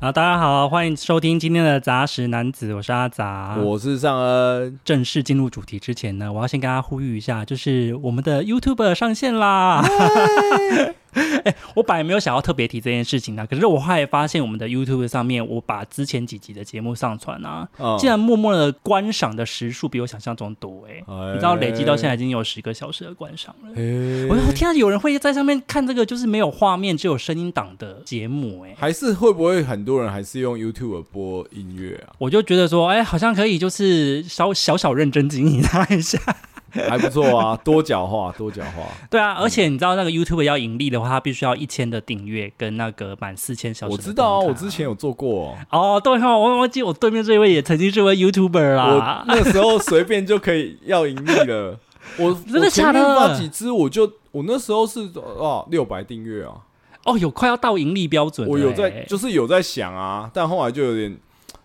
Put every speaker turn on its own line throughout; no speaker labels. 啊，大家好，欢迎收听今天的杂食男子，我是阿杂。
我是尚恩，
正式进入主题之前呢，我要先跟大家呼吁一下，就是我们的 YouTube 上线啦。 哎，我本来没有想要特别提这件事情啊，可是我后来发现我们的 YouTube 上面，我把之前几集的节目上传啊，
嗯
竟然默默的观赏的时数比我想象中多哎、
哎
你知道累积到现在已经有十个小时的观赏了。
诶
我就天啊，有人会在上面看这个就是没有画面只有声音档的节目哎、
还是会不会很多人还是用 YouTube 播音乐 啊？
我就觉得说，哎、好像可以，就是稍小小认真经营它一下。
还不错啊，多角化，多角化。
对啊，而且你知道那个 YouTube 要盈利的话，它必须要一千的订阅跟那个满四千小时
我
的
知道啊，
观看
我之前有做过、
哦，对哈、我忘记我对面这位也曾经是位 YouTuber 啊
我
啦。
那时候随便就可以要盈利了。我
真的假的
我前面发几支我就我那时候是哦六百订阅啊，
哦，有快要到盈利标准了
我有在
欸
就是有在想啊，但后来就有点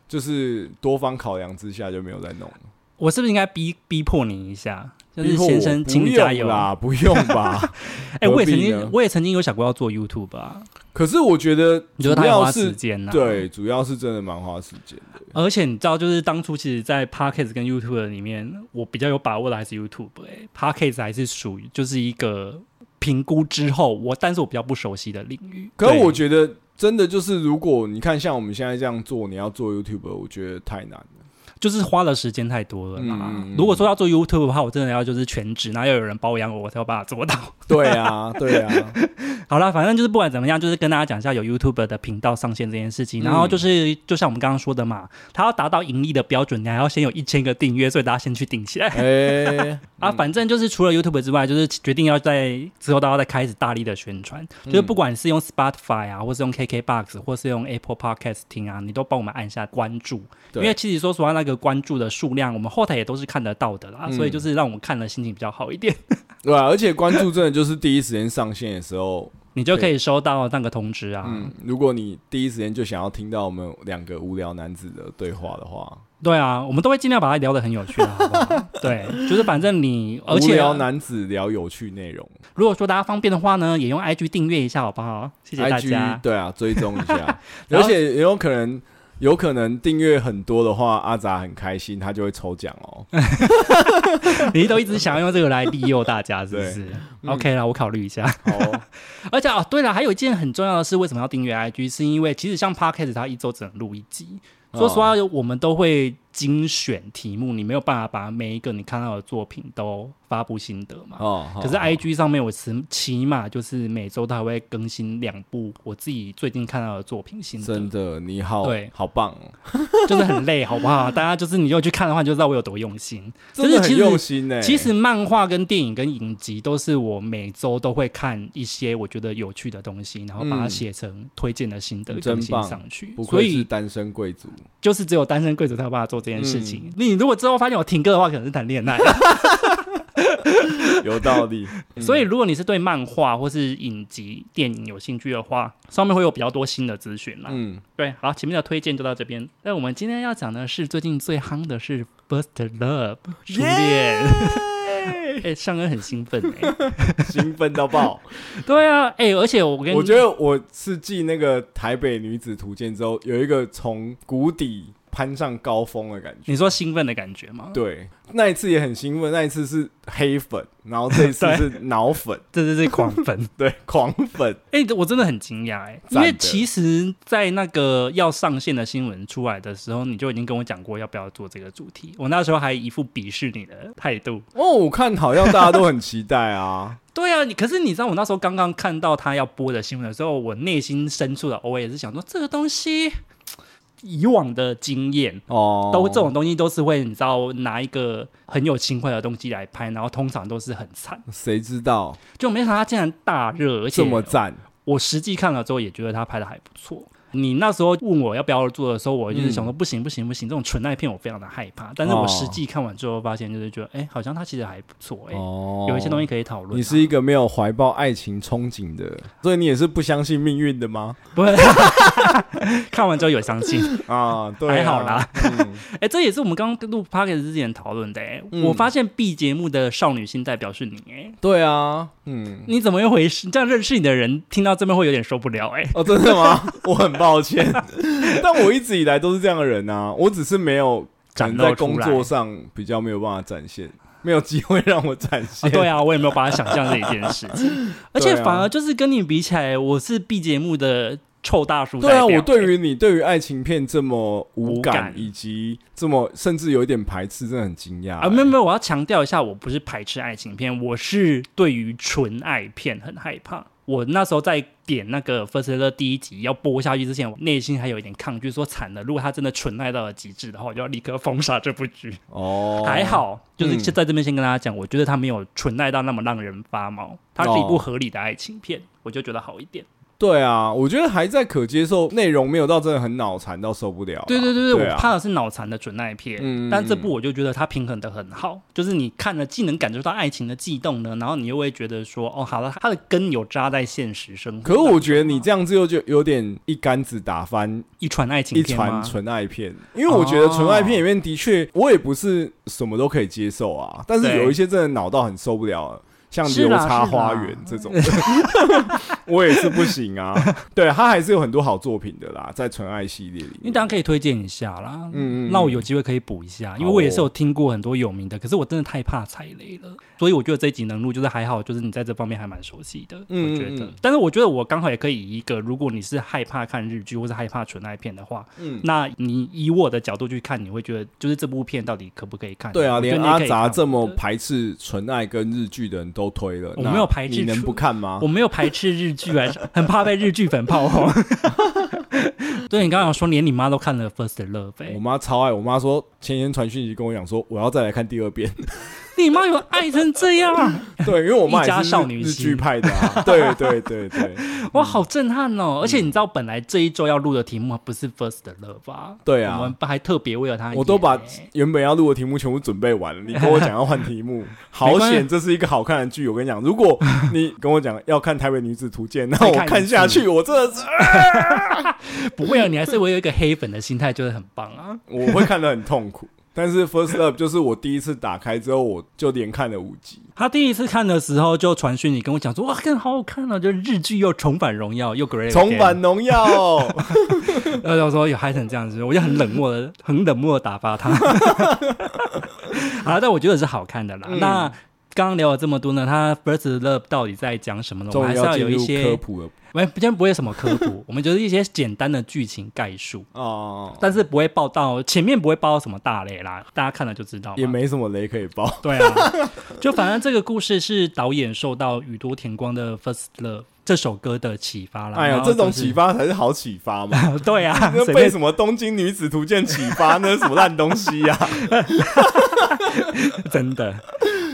就是多方考量之下就没有再弄了。
我是不是应该逼逼迫你一下？就是
逼迫我
先生，请
不
你加
用
油！
啦，不用吧。
哎、我也
何必
曾经
呢，
我也曾经有想过要做 YouTube 啊，
可是我觉得
你觉
主
得太
要
花时
是
间了、，啊
对，主要是真的蛮花时间的。
而且你知道，就是当初其实，在 Podcast 跟 YouTube 里面，我比较有把握的还是 YouTube、欸。Podcast 还是属于就是一个评估之后，我但是我比较不熟悉的领域。
可是
对啊
我觉得真的就是，如果你看像我们现在这样做，你要做 YouTube，我觉得太难了。
就是花的时间太多了啦。
嗯嗯嗯
如果说要做 YouTube 的话，我真的要就是全职，那要有人包养我，我才有办法 做到。
对啊，对啊，
好啦，反正就是不管怎么样，就是跟大家讲一下有 YouTube 的频道上线这件事情。
嗯
然后就是，就像我们刚刚说的嘛，它要达到盈利的标准，你还要先有一千个订阅，所以大家先去订起来。
哎、
啊，
嗯
反正就是除了 YouTube 之外，就是决定要在之后都要再开始大力的宣传，就
嗯
是不管是用 Spotify 啊，或是用 KKBox，或是用 Apple Podcast 听啊，你都帮我们按下关注，因
对
为其实说实话，那个关注的数量，我们后台也都是看得到的啦，
嗯
所以就是让我们看了心情比较好一点，
对啊，而且关注真的就是第一时间上线的时候，
你就可以收到那个通知啊。
嗯，如果你第一时间就想要听到我们两个无聊男子的对话的话，
对啊，我们都会尽量把它聊得很有趣啊，好不 好？对，就是反正你，而
无
且啊
聊男子聊有趣内容
如果说大家方便的话呢，也用 IG 订阅一下，好不好？谢谢大家
，IG。对啊，追踪 一下，
然
而
后
且也有可能。有可能订阅很多的话，阿杂很开心，他就会抽奖 哦。
你都一直想要用这个来利诱大家，是不是、
嗯
o k 啦，我考虑一下。
好哦，
而且哦，对了，还有一件很重要的是，为什么要订阅 IG？是因为其实像 Podcast 它一周只能录一集，
哦
说实话，我们都会精选题目，你没有办法把每一个你看到的作品都发布心得嘛。
哦，好
可是 I G 上面我起起码就是每周它会更新两部我自己最近看到的作品心得，
真的，你好，
对
好棒、哦，
就是很累，好不好？大家就是你有去看的话，你就知道我有多用心。可
真
是
的
其
很
实
用心欸呢、
其实漫画跟电影跟影集都是我每周都会看一些我觉得有趣的东西，然后把它
嗯
写成推荐的心得
真
更新
棒
上去。
不
所
愧是
以
单身贵族，
就是只有单身贵族才有办法做这件事情。
嗯
你如果之后发现我停更的话，可能是谈恋 爱。
有道理。嗯
所以如果你是对漫画或是影集、电影有兴趣的话，上面会有比较多新的资讯啦。
嗯，
对，好，前面的推荐就到这边。那我们今天要讲的是最近最夯的是《First Love》初恋。
嗯
哎、尚恩很兴奋哎、
兴奋到爆！
对啊，哎、而且我跟
我觉得我是继那个台北女子图鉴之后，有一个从谷底攀上高峰的感觉。
你说兴奋的感觉吗？
对，那一次也很兴奋，那一次是黑粉，然后这一 次
对
是脑粉，
对对对，狂 粉！
对，狂粉，
哎、我真的很惊讶哎，因
赞的
为其实，在那个要上线的新闻出来的时候，你就已经跟我讲过要不要做这个主题，我那时候还一副鄙视你的态度。
哦，我看好像大家都很期待 啊。
对啊，你可是你知道，我那时候刚刚看到他要播的新闻的时候，我内心深处的 O 也是想说，这个东西嘖以往的经验。
哦，
都这种东西都是会，你知道拿一个很有情怀的东西来拍，然后通常都是很惨，
谁知道
就没想到他竟然大热，而且
这么赞？
我实际看了之后也觉得他拍的还不错。你那时候问我要不要做的时候，我就是想说不行不行不行，这种纯爱片我非常的害怕。但是我
嗯哦
实际看完之后发现，就是觉得哎、好像他其实还不错哎、
哦，
有一些东西可以讨论啊、
你是一个没有怀抱爱情憧憬的，所以你也是不相信命运的吗？
不是 看完之后有相信，
啊， 对啊
还好啦。
嗯
哎、这也是我们刚刚录 p o c a s t 之前讨论的、哎，
嗯
我发现 B 节目的少女心代表是你、哎，
对啊，嗯，
你怎么一回事？这样认识你的人听到这边会有点受不了、哎，
哦，真的吗？我很 抱歉。但我一直以来都是这样的人啊，我只是没有可
展
能
露
在
出
工
来
作上比较没有办法展现，没有机会让我展
啊，
现。
对啊，我也没有把它想象这一件事 情，而且
啊
反而就是跟你比起来，我是 B 节目的臭大叔代
对啊，
表。
我对于你对于爱情片这么无
无
感，
感
以及这么甚至有一点排斥，真的很惊讶、
啊，没有没有，我要强调一下，我不是排斥爱情片，我是对于纯爱片很害怕。我那时候在点那个《First Love》第一集要播下去之前，我内心还有一点抗拒，说惨了，如果他真的纯爱到了极致的话，我就要立刻封杀这部剧。
哦，
还好，就是
嗯
先在这边先跟大家讲，我觉得他没有纯爱到那么让人发毛，它是一部
哦
合理的爱情片，我就觉得好一点。
对啊，我觉得还在可接受，内容没有到真的很脑残到受不了啊、
对对对对，
对啊
我怕的是脑残的准爱片，
嗯嗯
但这
嗯
部我就觉得它平衡的很好，就是你看了既能感受到爱情的悸动呢，然后你又会觉得说，哦，好了，它的根有扎在现实生活。
可是我觉得你这样子又就有点一竿子打翻
一传爱情
一
片吗
船？纯爱片，因为我觉得纯爱片里面的确，我也不是什么都可以接受啊，但是
对
有一些真的脑到很受不了了。像
是
流
啦
叉
是
花
啦
园这种， 我也是不行啊。对他还是有很多好作品的啦，在纯爱系列里
因为
面
大。家可以推荐一下啦，
嗯嗯嗯
那我有机会可以补一下，因为
好
我也是
哦
有听过很多有名的，可是我真的太怕踩雷了，所以我觉得这一集能录就是还好，就是你在这方面还蛮熟悉的，
嗯
我觉
嗯
得
嗯。
但是我觉得我刚好也可以以一个，如果你是害怕看日剧或是害怕纯爱片的话，
嗯，
那你以我的角度去看，你会觉得就是这部片到底可不可以看？
对啊，
我觉得
连
你也
阿
可以
杂
看
这么
我的
排斥纯爱跟日剧的人都推了，
我
那
没有排斥
你能
纯
不看吗
我？没有排斥日剧，还是很怕被日剧粉炮轰。 对你刚刚有说，连你妈都看了《First Love、
我
欸》，
妈超爱，我妈说前天传讯息跟我讲说，我要再来看第二遍。
你妈有爱成这样，啊
对，因为我 妈
一家
也是
少
日
女
日
心
剧派的、啊，对对 对对
哇，好震撼哦！而且你知道，本来这一周要录的题目不是《First Love》吧？
对啊
我们还特别为了他演欸，
我都把原本要录的题目全部准备完了，你跟我讲要换 题目，好险这是一个好看的剧。我跟你讲，如果你跟我讲要看《台北女子图鉴》，那
再
我
看一
看下
次
去，我真的是
不会啊，你还是我有一个黑粉的心态，就是很棒啊。
我会看得很痛苦。但是《First Love》就是我第一次打开之后，我就连看了五集。
他第一次看的时候就传讯你跟我讲说，哇，看好好看哦，就是日剧又重返荣耀又 Great，Again
重返农药，
然后就说有嗨成这样子，我就很冷漠的、很冷漠的打发他。 好，但我觉得是好看的啦。
嗯
那刚刚聊了这么多呢，他 First Love 到底在讲什么呢？我
终
们还
于
是要
进
有一
入科
些，
普了
没，今天不会什么科普，我们就是一些简单的剧情概述，
哦，
但是不会报到前面不会报到什么大雷啦，大家看了就知道嘛。
也没什么雷可以爆。
对啊，就反正这个故事是导演受到宇多田光的《First Love》这首歌的启发啦。
哎呀
然，后
这种
就是
启发才是好启发嘛。
对啊，
那
随
被
便
什么《东京女子图鉴》启 发呢？什么烂东西呀、
真的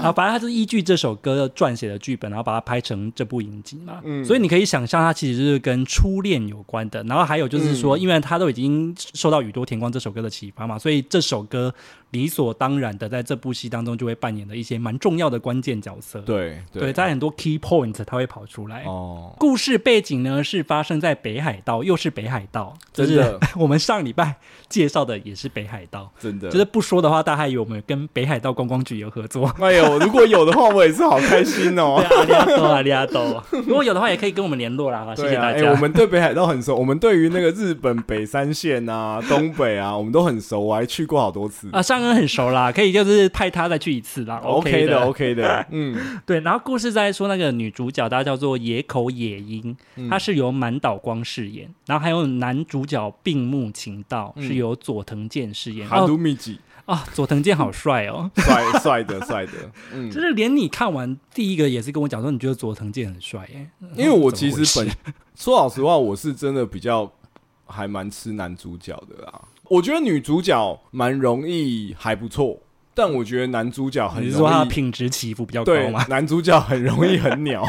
啊，反正他是依据这首歌撰写的剧本，然后把它拍成这部影集嘛。
嗯
所以你可以想象，它其实是跟初恋有关的。然后还有就是说，
嗯
因为他都已经受到宇多田光这首歌的启发嘛，所以这首歌理所当然的在这部戏当中就会扮演了一些蛮重要的关键角色。
对
对，在很多 key point 它会跑出来。
哦，
故事背景呢是发生在北海道，又是北海道，就
真
是
的
我们上礼拜介绍的也是北海道。
真的，
就是不说的话，大家还以为我们跟北海道观光局有合 作。
哎呦，如果有的话，我也是好开心哦。
对啊，利亚多啊，利亚多。 如果有的话，也可以跟我们联络啦。好谢
对
谢
啊，
大
哎、
家。
我们对北海道很熟，我们对于那个日本北三县啊、 东北啊，我们都很熟，我还去过好多次。
啊，上恩很熟啦，可以就是派他再去一次啦。
哦 OK
的
的，OK 的， 嗯，
对。然后故事在说那个女主角，她叫做野口野樱，
嗯
她是由满岛光饰演，然后还有男主角病木晴道
嗯
是由佐藤健饰演。
哈
哦
鲁米吉，
啊，佐藤健好帅哦！
帅帅的，帅的，嗯
就，是连你看完第一个也是跟我讲说，你觉得佐藤健很帅耶？
因为我其实
怎么回事
本 说老实话，我是真的比较还蛮吃男主角的啦。我觉得女主角蛮容易还不错，但我觉得男主角很
你是
容
说他
易
的品质起伏比较高
对
吗？
男主角很容易很 鸟。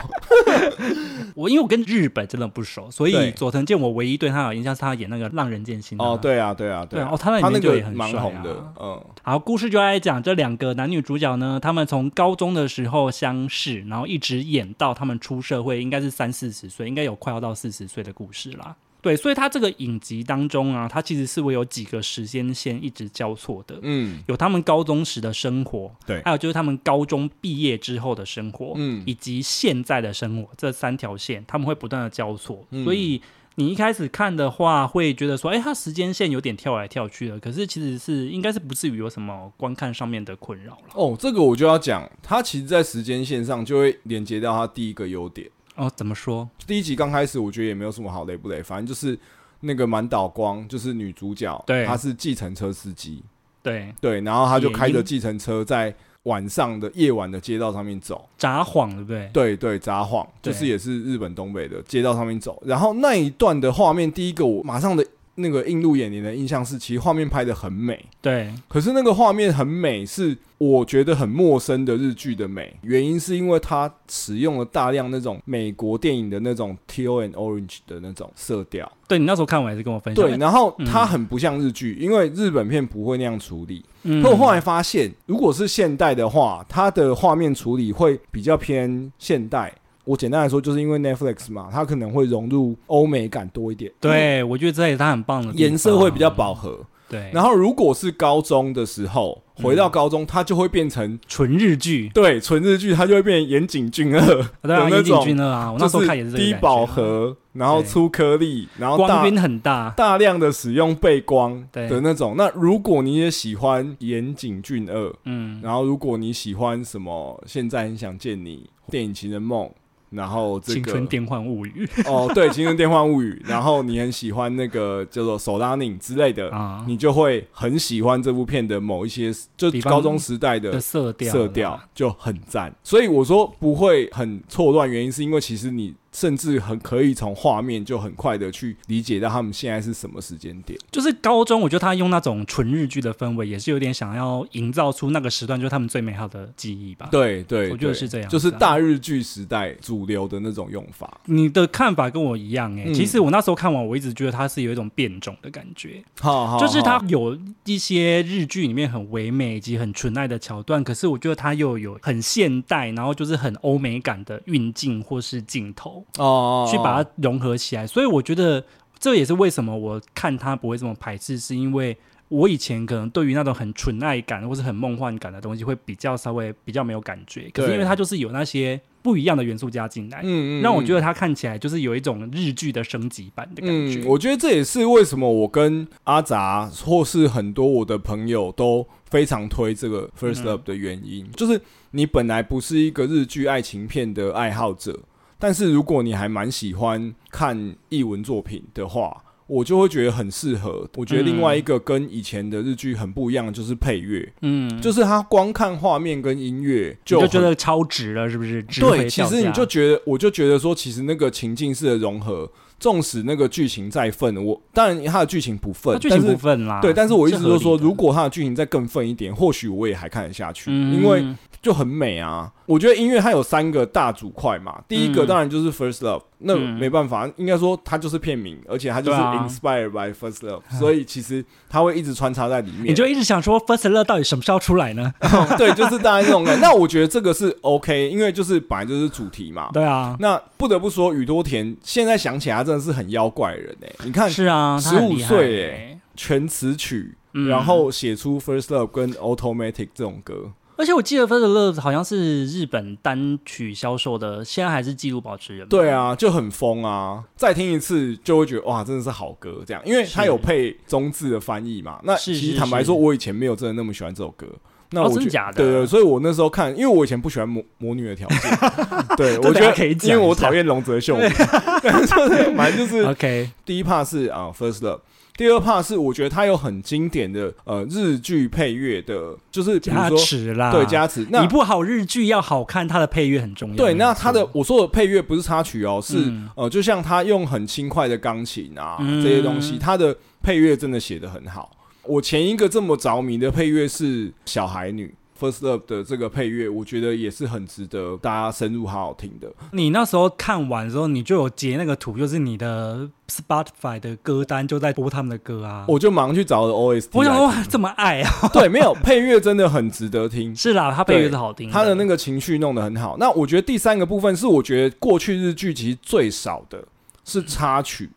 我因为我跟日本真的不熟，所以
对
佐藤健我唯一对他有印象是他演那个《浪人剑心》啊
哦，。对啊，对啊，
对
啊
啊，哦，，他在里
他那
面就
个
也很
蛮
帅啊
红的，嗯，
好，故事就来讲这两个男女主角呢，他们从高中的时候相识，然后一直演到他们出社会，应该是三四十岁，应该有快要到四十岁的故事啦。对，所以他这个影集当中啊，它其实是会有几个时间线一直交错的，
嗯
有他们高中时的生活，
对
还有就是他们高中毕业之后的生活，
嗯
以及现在的生活这三条线，他们会不断的交错，
嗯
所以。你一开始看的话，会觉得说，哎、它时间线有点跳来跳去的。可是其实是应该是不至于有什么观看上面的困扰了。
哦，这个我就要讲，它其实，在时间线上就会连接到它第一个优点。
哦，怎么说？
第一集刚开始，我觉得也没有什么好雷不雷，反正就是那个满岛光，就是女主角，
对
她是计程车司机，
对，
对，然后她就
野
开着
樱
计程车在晚上的夜晚的街道上面走，
札幌对不对？
对对，札幌
对
就是也是日本东北的街道上面走，然后那一段的画面，第一个我马上的那个映入眼帘的印象是，其实画面拍的很美，
对，
可是那个画面很美，是我觉得很陌生的日剧的美，原因是因为它使用了大量那种美国电影的那种 teal and orange 的那种色调，
对你那时候看完也是跟我分享。
对，然后
嗯
它很不像日剧，因为日本片不会那样处理。
嗯，
可我后来发现，如果是现代的话，它的画面处理会比较偏现代。我简单来说，就是因为 Netflix 嘛，它可能会融入欧美感多一点，，
对，我觉得这也是他很棒的地方
颜色会比较。饱和。
对，嗯
然后如果是高中的时候，回到高中，它就会变成
纯日剧，
对纯日剧，它就会变岩井俊二的
对啊，
那
岩井
种，
俊二啊，我那
就
时候看也是
是
这个
低
感觉嗯
饱，和，然后
对
粗颗粒，然后大
光晕很大。
大量的使用背光
对
的那种。那如果你也喜欢岩井俊二，
嗯，
然后，如果你喜欢什么，现在很想见你，电影《情人梦》，然后这
青
个
春电幻物 语
哦，对，《情人电幻物语》，然后你很喜欢那个叫做《手拉拧》之类的，
啊
你就会很喜欢这部片的某一些，就
比方
高中时代
的
的
色调，
色调，就很赞。所以我说不会很错乱，原因是因为其实你甚至很可以从画面就很快的去理解到他们现在是什么时间点。
就是高中，我觉得他用那种纯日剧的氛围，也是有点想要营造出那个时段就是他们最美好的记忆吧。，
对对，
啊我觉得
对
是这样
就是
子啊
大日剧时代主流的那种用法。
你的看法跟我一样哎、
嗯
其实我那时候看完，我一直觉得它是有一种变种的感觉，
好好，
就是它
好
有一些日剧里面很唯美以及很纯爱的桥段，可是我觉得它又有很现代，然后就是很欧美感的运镜或是镜头
哦，
去把它融合起来，所以我觉得这也是为什么我看它不会这么排斥，是因为。我以前可能对于那种很纯爱感或是很梦幻感的东西，会比较稍微比较没有感觉。可是
对
因为它就是有那些不一样的元素加进来，
嗯
让我觉得
得
它看起来就是有一种日剧的升级版的感觉。
嗯，我觉得这也是为什么我跟阿杂或是很多我的朋友都非常推这个 First
嗯
Love 的原因，就是你本来不是一个日剧爱情片的爱好者，但是如果你还蛮喜欢看译文作品的话。我就会觉得很适合。我觉得另外一个跟以前的日剧很不一样，的就是配乐，
嗯，
就是它光看画面跟音乐
你就
很
觉得超值了，是不是？值回
对，其
票
实
价
你就觉得，我就觉得说，其实那个情境式的融合，纵使那个剧情再愤，我当然它的剧情不愤
它，剧
但
情
是
部分啦，
对，但是我一直都说，
合理的
如果它的剧情再更愤一点，或许我也还看得下去，
嗯
因为就很美啊。我觉得音乐它有三个大主块嘛，第一个
嗯
当然就是 First Love，、那
嗯
没办法，应该说它就是片名，而且它就是
对啊
Inspired by First Love，、所以其实它会一直穿插在里面。
你就一直想说 First Love 到底什么时候出来呢？
对，就是大概这种感觉。那我觉得这个是 OK，因为就是本来就是主 题嘛。
对啊，
那不得不说，宇多田现在想起来他真的是很妖怪的人哎、你看
是啊，它很厉害
15岁
欸
全词曲，
嗯
然后写出《First Love》跟《Automatic》这种歌，
而且我记得 First Love 好像是日本单曲销售的，现在还是纪录保持人。
对，啊，就很疯啊！再听一次就会觉得哇，真的是好歌这样，因为他
是
有配中字的翻译嘛。那
是
其
是
实坦白说，
是
我以前没有真的那么喜欢这首歌。那
哦
我觉
真的假的
对对，所以我那时候看，因为我以前不喜欢魔魔女的条件， 对
这
我觉
等下
得
可以讲
因为我
一下
讨厌龙泽秀明， 但是就是反 正就是
，OK，
第一 part 是啊、First Love，第二 part 是我觉得它有很经典的呃日剧配乐的，就是比如
加
说
持啊啦，
对。加持。那
一部好日剧要好看，它的配乐很重要。
对，
没有
那它的
错
我说的配乐不是插曲哦，是、
嗯
呃，就像他用很轻快的钢琴啊、
嗯
这些东西，他的配乐真的写得很好。我前一个这么着迷的配乐是《小孩女》。First Love 的这个配乐，我觉得也是很值得大家深入好好听的。
你那时候看完之后，你就有截那个图，就是你的 Spotify 的歌单就在播他们的歌啊。
我就马上去找了 OST 来。
我想说哇这么爱啊，
对，没有配乐真的很值得听。
是啦，他配乐是好听
他的那
个
个情绪弄得很好。那我觉得第三个部分是，我觉得过去日剧其实最少的是插曲，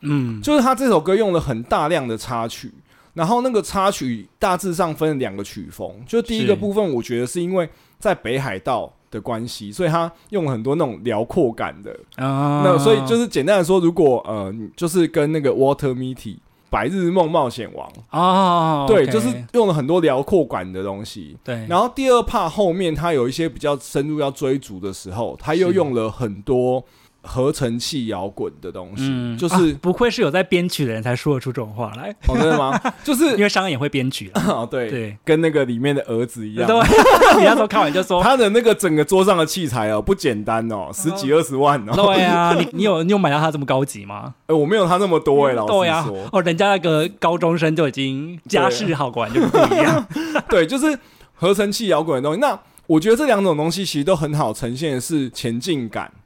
嗯，
就是他这首歌用了很大量的插曲，然后那个插曲大致上分了两个曲风。就第一个
是
部分，我觉得是因为在北海道的关系，所以他用了很多那种辽阔感的。
啊，
那所以就是是简单的说，如果呃，你就是跟那个 Water Meaty 白日梦冒险王，
哦，
对，
OK
就是用了很多辽阔感的东西。
对，
然后第二帕后面，他有一些比较深入要追逐的时候，他又
是
用了很多合成器摇滚的东西，
嗯
就是、
啊不愧是有在编曲的人才说得出这种话来，
哦，真 的吗？就是
因为商人也会编曲啦。
哦，对，
对，
跟那个里面的儿子一
对，啊
样。
你那时候看完就 说，
他的那个整个桌上的器材哦，不简单哦，十几二十万哦。
对啊，你你有你有买到它这么高级吗？
哎，我没有他那么多哎，
嗯
老
对呀
实说，，
哦，人家那个高中生就已经家世好，果然就不一样。
对，啊就是合成器摇滚的东西。那我觉得这两种东西其实都很好呈现的是前进感。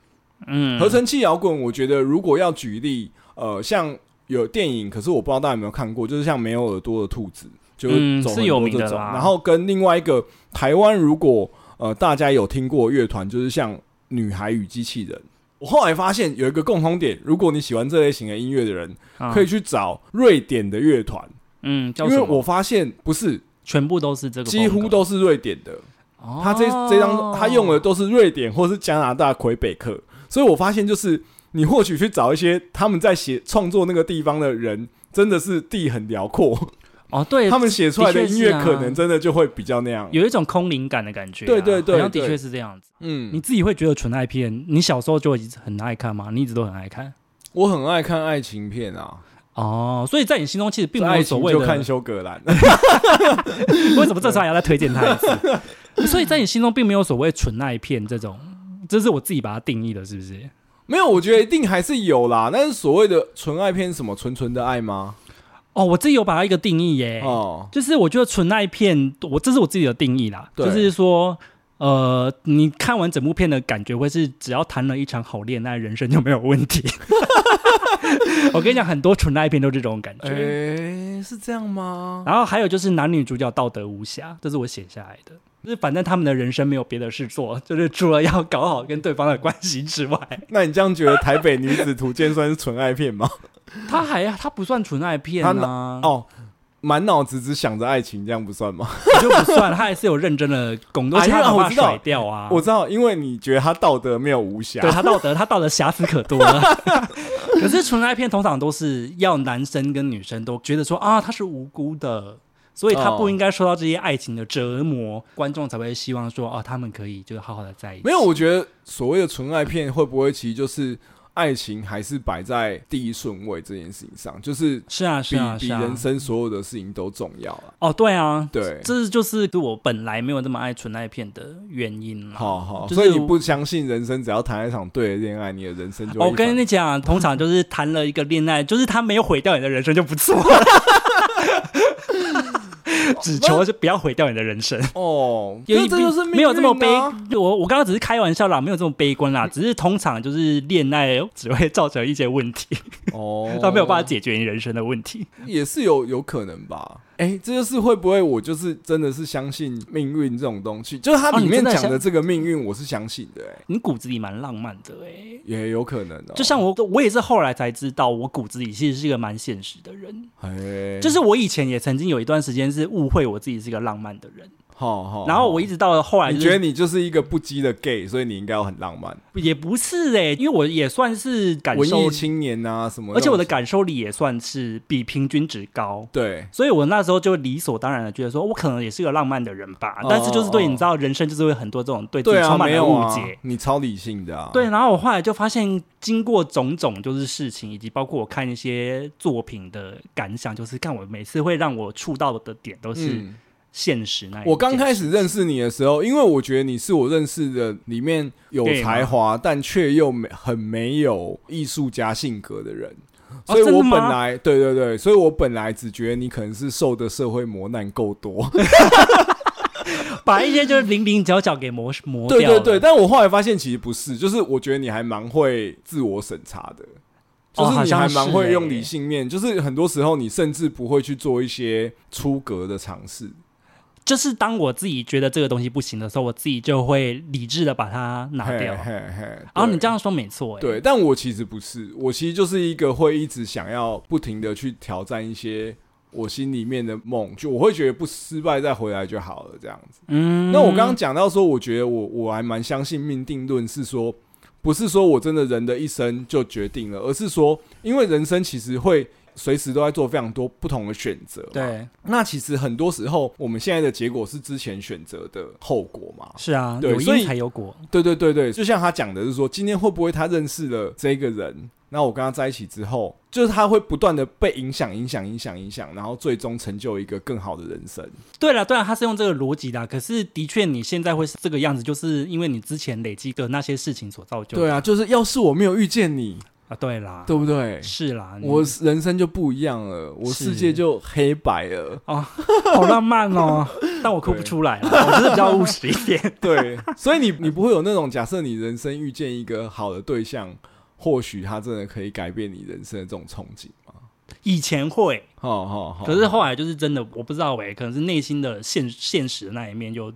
嗯，
合成器摇滚，我觉得如果要举例，呃，像有电影，可是我不知道大家有没有看过，就是像没有耳朵的兔子，就是
嗯
走很
是有
多
名
这
的
种。
啦
然后跟另外一个台湾，如果呃大家有听过乐团，就是像女孩与机器人。我后来发现有一个共通点，如果你喜欢这类型的音乐的人，
啊
可以，去找瑞典的乐团，
嗯，叫
因
什
为
么
我发现不是
全部都是这个风格，
几乎都是瑞典的，
哦，
他这这张他用的都是瑞典或是加拿大魁北克，所以我发现就是你或许去找一些他们在写创作那个地方的人，真的是地很辽阔，
哦， 对，
他们写出来的
的确是
音乐
啊
可能真的就会比较那样。
有一种空灵感的感觉啊，
对对对
好像的
对
确是这样子。你
嗯，
自己会觉得纯爱片，你小时候就一直很爱看吗？你一直都很爱看
我很爱看爱情片啊，
哦，所以在你心中其实并没
爱
有所
情
谓
就
的
看修格兰，
为什么这时候还要再推荐他一次？ 所以在你心中并没有所谓纯爱片这种，这是我自己把它定义的，是不是？
没有，我觉得一定还是有啦。但是所谓的纯爱片，什么纯纯的爱吗？
哦，我自己有把它一个定义耶，
哦，
就是我觉得纯爱片，我这是我自己的定义啦，
对
就是说。呃，你看完整部片的感觉会是，只要谈了一场好恋爱，人生就没有问题。 我跟你讲，很多纯爱片都这种感觉。
哎、是这样吗？
然后还有就是男女主角道德无瑕，这是我写下来的。就是反正他们的人生没有别的事做， 就是除了要搞好跟对方的关系之外，
那你这样觉得《台北女子图鉴》算是纯爱片吗？
他还他不算纯爱片
他
啊，
哦，满脑子只想着爱情，这样不算吗？
我就不算，他还是有认真的工作，
哎
而且他
呀
把
我
它
知道
甩掉啊。
我知道，因为你觉得他道德没有无瑕
对，他道德，他道德瑕疵可多了。 可是纯爱片通常都是要男生跟女生都觉得说啊，他是无辜的，所以他
哦
不应该受到这些爱情的折磨，观众才会希望说啊，他们可以就是好好的在一起。
没有。我觉得所谓的纯爱片，会不会其实就是爱情还是摆在第一顺位这件事情上，就是
是啊，
比
是啊，
比
是啊。
人生所有的事情都重要了。
哦，对啊，
对，
这就是我本来没有那么爱纯爱片的原因啦。
好好，
啊就是
所以你不相信人生只要谈一场对的恋爱，你的人生就会
哦我跟
一帆
你 讲，啊通常就是谈了一个恋爱，就是他没有毁掉你的人生就不 错了。只求是不要毁掉你的人生，
哦，
有
那
一
这就是命运啊
没有这么悲。我我刚刚只是开玩笑啦，没有这么悲观啦。只是通常就是恋爱只会造成一些问题，
哦，
它没有办法解决你人生的问题。
也是有有可能吧。哎、这就是会不会我就是真的是相信命运这种东西，就是它
哦
里
你
面
真的
讲
相
的这个命运，我是相信的、哎，
你骨子里蛮浪漫的哎、
也有可能哦、
就像我，我也是后来才知道，我骨子里其实是一个蛮现实的人。
哎、
就是我以前也曾经有一段时间是误会我自己是一个浪漫的人，
好好，
然后我一直到后来、
哦你
就是，
觉得你就是一个不羁的 gay，所以你应该要很浪漫，
也不是哎、因为我也算是感
文
受
艺，青年啊什么那种，
而且我的感受力也算是比平均值高。
对
所以我那时候就理所当然的觉得说，我可能也是个浪漫的人吧，
哦
但是就是对
哦
你知道，人生就是会很多这种对自己
对啊，
充满
没
了
有
误
啊
解。，
你超理性的啊，
对，然后我后来就发现，经过种种就是事情，以及包括我看一些作品的感想，就是看我每次会让我触到的点都是
嗯。
现实那一件事、
我刚开始认识你的时候，因为我觉得你是我认识的里面有
Gay 吗
才华，但却又没很没有艺术家性格的人，
哦
所以
真的
我本
吗
来、对对对，所以我本来只觉得你可能是受的社会磨难够多，
把一些就是零零角角给磨磨掉
对对
了。
对，但我后来发现其实不是，就是我觉得你还蛮会自我审查的，
哦
就是
好
你
像
还蛮
是
会
欸
用理性面，就是很多时候你甚至不会去做一些出格的尝试。
就是当我自己觉得这个东西不行的时候，我自己就会理智的把它拿掉。
嘿嘿嘿
然后你
对
这样说没错、欸，
对，但我其实不是，我其实就是一个会一直想要不停的去挑战一些我心里面的梦，就我会觉得不失败再回来就好了这样子。
嗯，
那我刚刚讲到说，我觉得我我还蛮相信命定论，是说不是说我真的人的一生就决定了，而是说因为人生其实会随时都在做非常多不同的选择。，
对
那其实很多时候我们现在的结果是之前选择的后果嘛。
是啊，
对
有
所以
因才有果，
对对对对，就像他讲的是说，今天会不会他认识了这个人，那我跟他在一起之后，就是他会不断的被影响、影响、影响、影响，然后最终成就一个更好的人生。
对啊了，对了，他是用这个逻辑的啊，可是的确你现在会是这个样子，就是因为你之前累积的那些事情所造就的。
对啊，就是要是我没有遇见你，
啊，对啦，
对不对？
是啦，你
我人生就不一样了，我
是
世界就黑白了。
好浪漫 哦，但我哭不出来啦，我就是比较务实一点。
对，所以你你不会有那种假设你人生遇见一个好的对象，或许他真的可以改变你人生的这种憧憬吗？
以前会，
好好好，
可是后来就是真的，我不知道喂、可能是内心的现现实的那一面就。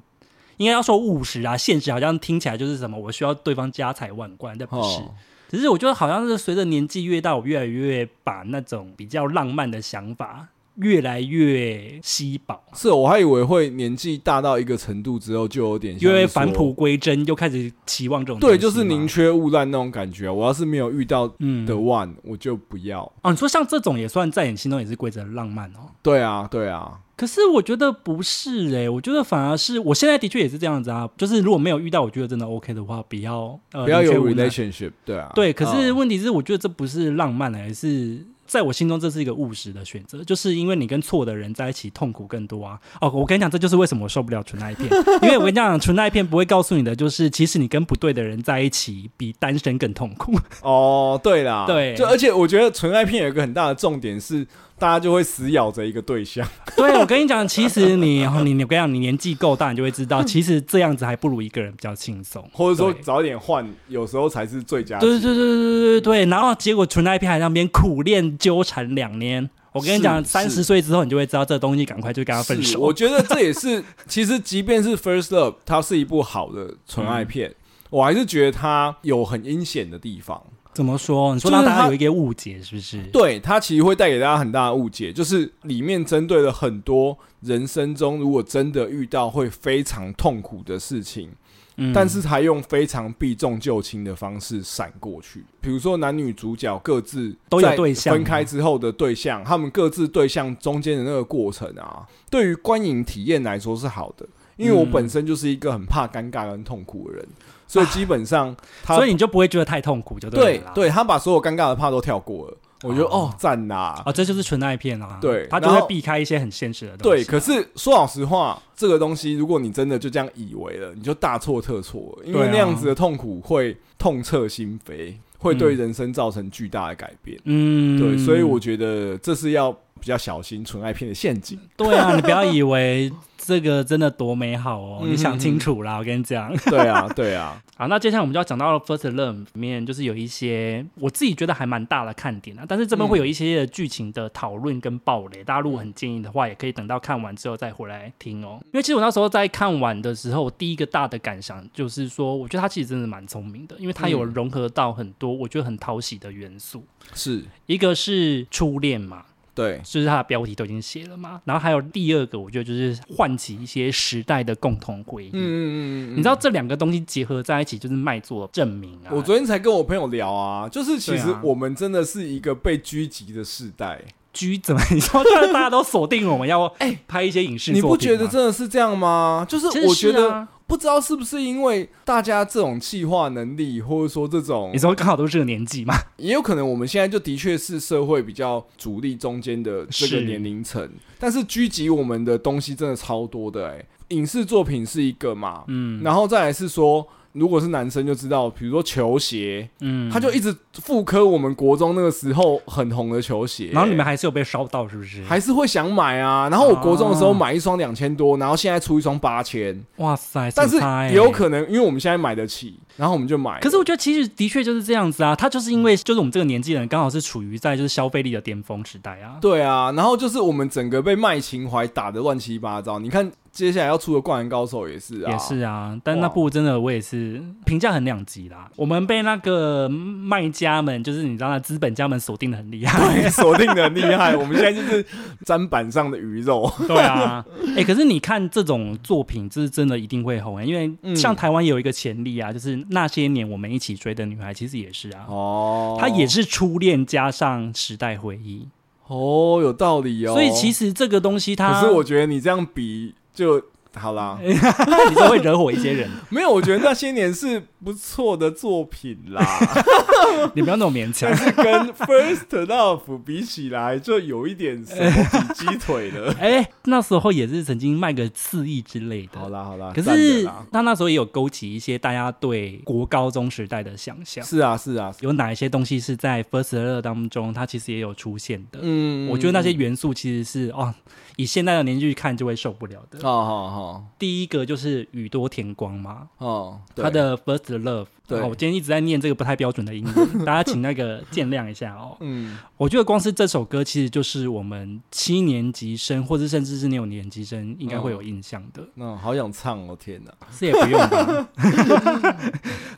应该要说务实啊，现实好像听起来就是什么，我需要对方家财万贯，但不是。
哦
只是我觉得好像是随着年纪越大，我越来越把那种比较浪漫的想法越来越稀薄，
是我还以为会年纪大到一个程度之后就有点像
因为
是说
返璞，归真，又开始期望这种
对，
东
就
西
是
嘛
宁缺毋滥那种感觉。啊我要是没有遇到
嗯
的 one，、我就不要。
哦，你说像这种也算在你心中也是规则浪漫哦。
对啊，对啊，
可是我觉得不是诶、我觉得反而是我现在的确也是这样子啊，就是如果没有遇到我觉得真的 OK 的话，不要呃
不要
宁缺
有
毋滥
relationship，对啊，
对，可是
嗯
问题是，我觉得这不是浪漫而是在我心中这是一个务实的选择，就是因为你跟错的人在一起痛苦更多啊。哦，我跟你讲，这就是为什么我受不了纯爱 片，因为我跟你讲，纯爱片不会告诉你的就是，其实你跟不对的人在一起比单身更痛苦。
哦，对啦，
对
就而且我觉得纯爱片有一个很大的重点是，大家就会死咬着一个对象。
对，我跟你讲，其实你哦你你我跟你讲，你年纪够大，你就会知道，其实这样子还不如一个人比较轻松。
或者说
对
早点换，有时候才是最佳解。
对对对对对对对，然后结果纯爱片还在那边苦练纠缠两年。我跟你讲，
是
三
是
十岁之后你就会知道这东西，赶快就跟他分
是
手。
我觉得这也是，其实即便是《First Love》，它是一部好的纯
嗯
爱片，我还是觉得它有很阴险的地方。
怎么说？你说
就是
让大
他
家有一个误解，是不是？
对，它其实会带给大家很大的误解，就是里面针对了很多人生中如果真的遇到会非常痛苦的事情，
嗯
但是他用非常避重就轻的方式闪过去。比如说男女主角各自
都有
在
对象啊
分开之后的对象，他们各自对象中间的那个过程啊，对于观影体验来说是好的。因为我
嗯
本身就是一个很怕尴尬跟痛苦的人，所以基本上他
啊所以你就不会觉得太痛苦，就
对
了啦。
对他把所有尴尬的怕都跳过了，我觉得
哦
哦赞呐
啊，。这就是纯爱片啊。
对
他就
然
会
后
避开一些很现实的东
对，
西。
可是说老实话，这个东西如果你真的就这样以为了，你就大错特错了，因
对
为
啊
那样子的痛苦会痛彻心扉，会对人生造成巨大的改变。
嗯，
对，所以我觉得这是要比较小心纯爱片的陷阱。
对啊，你不要以为这个真的多美好哦，
嗯
你想清楚啦，我跟你讲。
对啊，对啊，
好，那接下来我们就要讲到《First Love》里面，就是有一些我自己觉得还蛮大的看点啊，但是这边会有一些剧情的讨论跟暴雷，大家如果很建议的话，也可以等到看完之后再回来听哦。因为其实我那时候在看完的时候，我第一个大的感想就是说，我觉得他其实真的蛮聪明的，因为他有
嗯
融合到很多我觉得很讨喜的元素，
是
一个是初恋嘛，
对，
就是它的标题都已经写了嘛，然后还有第二个，我觉得就是唤起一些时代的共同回忆。
嗯嗯嗯嗯，
你知道这两个东西结合在一起，就是卖座证明啊。
我昨天才跟我朋友聊啊，就是其
对
实
啊
我们真的是一个被狙击的世代，
居怎么？ 你知道，就是大家都锁定我们 要哎拍一些影视
你不
作品吗
觉得真的是这样吗？就是
其实
我觉
是
得
啊
不知道是不是因为大家这种气化能力，或者说这种
你，说刚好都是这个年纪嘛？
也有可能我们现在就的确是社会比较主力中间的这个
是
年龄层，但是狙击我们的东西真的超多的哎、影视作品是一个嘛，
嗯
然后再来是说。如果是男生就知道，比如说球鞋，
嗯，
他就一直复刻我们国中那个时候很红的球鞋、
然后你们还是有被烧到，是不是？
还是会想买啊。然后我国中的时候
哦
买一双两千多，然后现在出一双八千，
哇塞，
但是
很差欸
也有。可能，因为我们现在买得起，然后我们就买。
可是我觉得其实的确就是这样子啊，他就是因为就是我们这个年纪的人刚好是处于在就是消费力的巅峰时代啊。
对啊，然后就是我们整个被卖情怀打得乱七八糟。你看接下来要出的《灌篮高手》也是啊，
也是啊，但那部真的我也是评价很两极啦。我们被那个卖家们，就是你知道，那资本家们锁定的很厉害。
对锁定的很厉害。我 们现在就是砧板上的鱼 肉，
对啊，哎、可是你看这种作品，就是真的一定会红、欸，因为
嗯
像台湾也有一个潜力啊，就是那些年我们一起追的女孩，其实也是啊，
哦
她也是初恋加上时代回忆，
哦，有道理哦。
所以其实这个东西它，
可是 我觉得你这样比就好啦，
你都会惹火一些人，
没有，我觉得那些年是不错的作品啦，
你不要那么勉强。
但。是跟 First Love 比起来，就有一点什么比鸡腿了
哎、那时候也是曾经卖个四亿之类的，
好啦好啦，
可
赞的
是
啦
他那时候也有勾起一些大家对国高中时代的想象，
是啊是啊，
有哪一些东西是在 First Love 当中，它其实也有出现的。
嗯
我觉得那些元素其实是哦，以现在的年纪去看就会受不了的。
哦哦
第一个就是宇多田光嘛，
哦哦，对
他的 First Love。哦
对
好我今天一直在念这个不太标准的英文， 大家请那个见谅一下哦。
嗯
我觉得光是这首歌，其实就是我们七年级生，或者甚至是六年级生应该会
嗯
有印象的。
那、好想唱哦，天哪！
这也不用 吧。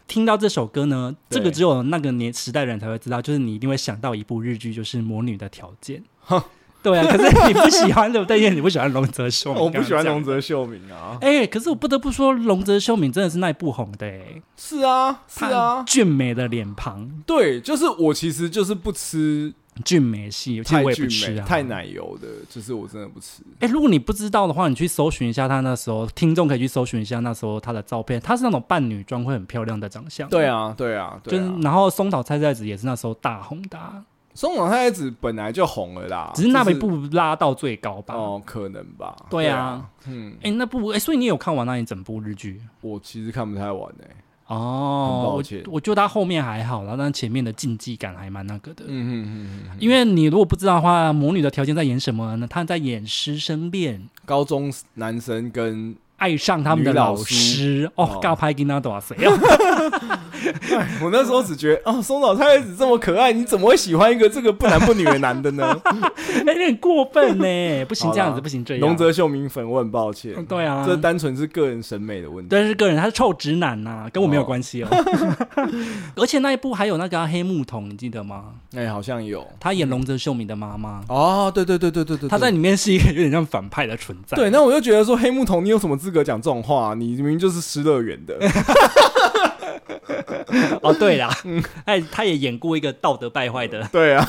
听到这首歌呢，
对
这个只有那个年时代人才会知道，就是你一定会想到一部日剧，就是《魔女的条件》。对啊，可是你不喜欢对不对？因为你不喜欢龙泽秀明，
我不喜欢
刚刚
龙
讲。
泽秀明啊。
哎、可是我不得不说，龙泽秀明真的是那一部红的、哎，
是啊是
他
啊，
俊美的脸庞，
对，就是我其实就是不吃
俊美系，其实
太
我也
俊
不吃
美、
啊，
太。奶油的，就是我真的不吃。
哎、如果你不知道的话，你去搜寻一下他那时候，听众可以去搜寻一下那时候他的照片，他是那种扮女装会很漂亮的长相。
对啊对啊
就
对
是
啊，，
然后松岛菜菜子也是那时候大红的啊、
松岛太太子本来就红了啦，
只是那
就
一部拉到最高吧。
哦，可能吧。
对啊，
嗯，
哎、那部哎、所以你有看完那一整部日剧
我其实看不太完诶、欸很
哦？
抱
我
歉
我觉得它后面还好啦，但前面的竞技感还蛮那个的。
嗯嗯嗯，
因为你如果不知道的话，《魔女的条件》在演什么呢？她在演师生恋，
高中男生跟
爱上他们的
女老
师。哦
哦，
尬拍给那多少 谁啊？
我那时候只觉得，哦，松岛太太子这么可爱，你怎么会喜欢一个这个不男不女的男的 呢？
哎有点过分 呢，不行
好啦
这样子，不行这样。
龙泽秀明粉，我很抱歉。
嗯对啊，
这单纯是个人审美的问题。
但是个人他是臭直男呐、跟我没有
哦
关系哦。 而且那一部还有那个啊、黑木瞳，你记得吗？
哎、好像有
她演龙泽秀明的妈妈，
哦，对对对对对对，
她在
对
里面是一个有点像反派的存在。
对，那我就觉得说黑木瞳，你有什么资格讲这种话、你明明就是失乐园 的，
哦，对 啦，
嗯
哎，她也演过一个道德败坏的
对啊，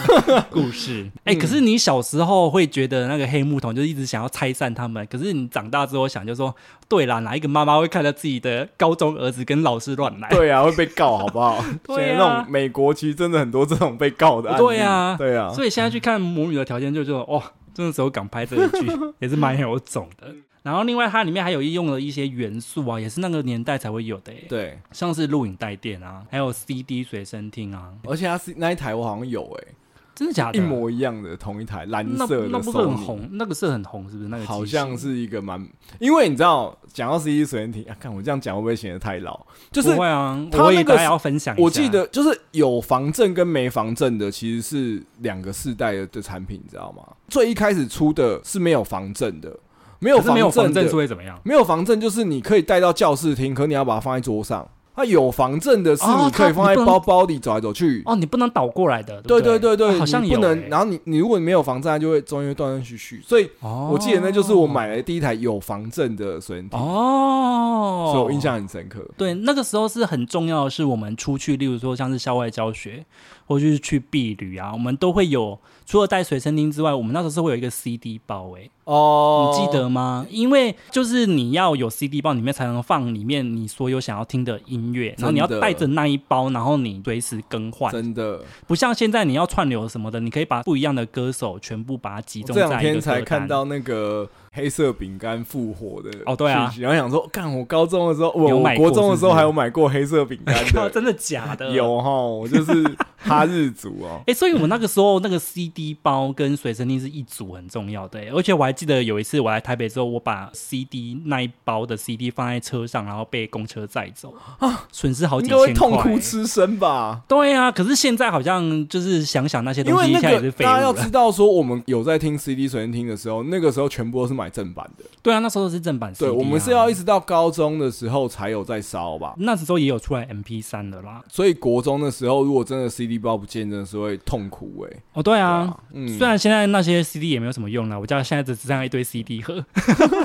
故
嗯
事。哎，可是你小时候会觉得那个黑木瞳就是一直想要拆散他们，可是你长大之后想就说，对啦，哪一个妈妈会看到自己的高中儿子跟老师乱来？
对啊，会被告好不好？
对啊
现在那种美国其实真的很多这种被告的案例，
对啊
对啊，
所以现在去看《母女的条件》，就觉得哦，真的只有港拍这一 剧也是蛮有种的。
嗯
然后另外它里面还有用了一些元素啊，也是那个年代才会有的耶，欸
对，
像是录影带店啊，还有 CD 随身听啊，
而且它是那一台我好像有哎、
真的假的？
一模一样的同一台蓝
那
色的
啊那不是
Sony
很红？那个是很红，是不是？那个
好
机
像
型
是一个蛮，因为你知道讲到 CD 随身听啊，看我这样讲会不会显得太老？就是
不会啊，
它
我也
那个
大家要分享一下。
我记得就是有防震跟没防震的，其实是两个世代的的产品，你知道吗？最一开始出的是没有防震的，没有
可是
防
没有
震
防
的
震是，会怎么样？
没有防震就是你可以带到教室听，可你要把它放在桌上。它有防震的是
哦
你可以
它
放在
你不能
包包里走来走去。
哦，你不能倒过来的，
对
不
对对对，
哦好像
你不
有
能。
欸
然后你你如果你没有防震，它就会中间会断断续续。所以
哦，
我记得那就是我买的第一台有防震的随身听，
哦，
所以我印象很深刻。
对，那个时候是很重要的是，我们出去，例如说像是校外教学，或者是去避旅啊，我们都会有除了带随身听之外，我们那时候是会有一个 CD 包、欸，
哦，
你记得吗？因为就是你要有 CD 包，里面才能放里面你所有想要听的音乐，然后你要
真的
带着那一包，然后你随时更换，
真的，
不像现在你要串流什么的，你可以把不一样的歌手全部把它集
我
中在
这
一个
两天才
歌
看
单
到那个黑色饼干复活的
哦对啊
讯息然后想说，干，我高中的时候，
有
我我
买过
国中的时
是不
候
是
还有买过黑色饼干的，
真的假的？
有哈，我就是哈日族哦
哎、，所以我那个时候那个 CD 包跟随身听是一组很重要的、欸而且我还记得有一次我来台北之后，我把 CD 那一包的 CD 放在车上，然后被公车载走啊，损失 好
应
几
该会
千块、
痛哭
欸
失声吧？
对啊，可是现在好像就是想想那些
因
东
为
西，一
那
下也
个
是废物
大家要
了。
知道，说我们有在听 CD 随身听的时候，那个时候全部都是买正版的。
对啊，那时候是正版 CD，、
对，
啊、
我们是要一直到高中的时候才有在烧吧。
那时候也有出来 MP 三的啦。
所以国中的时候，如果真的 CD 包不见，真的是会痛苦哎、
哦，对啊，
对啊嗯
虽然现在那些 CD 也没有什么用了，我家现在只剩下一堆 CD 盒。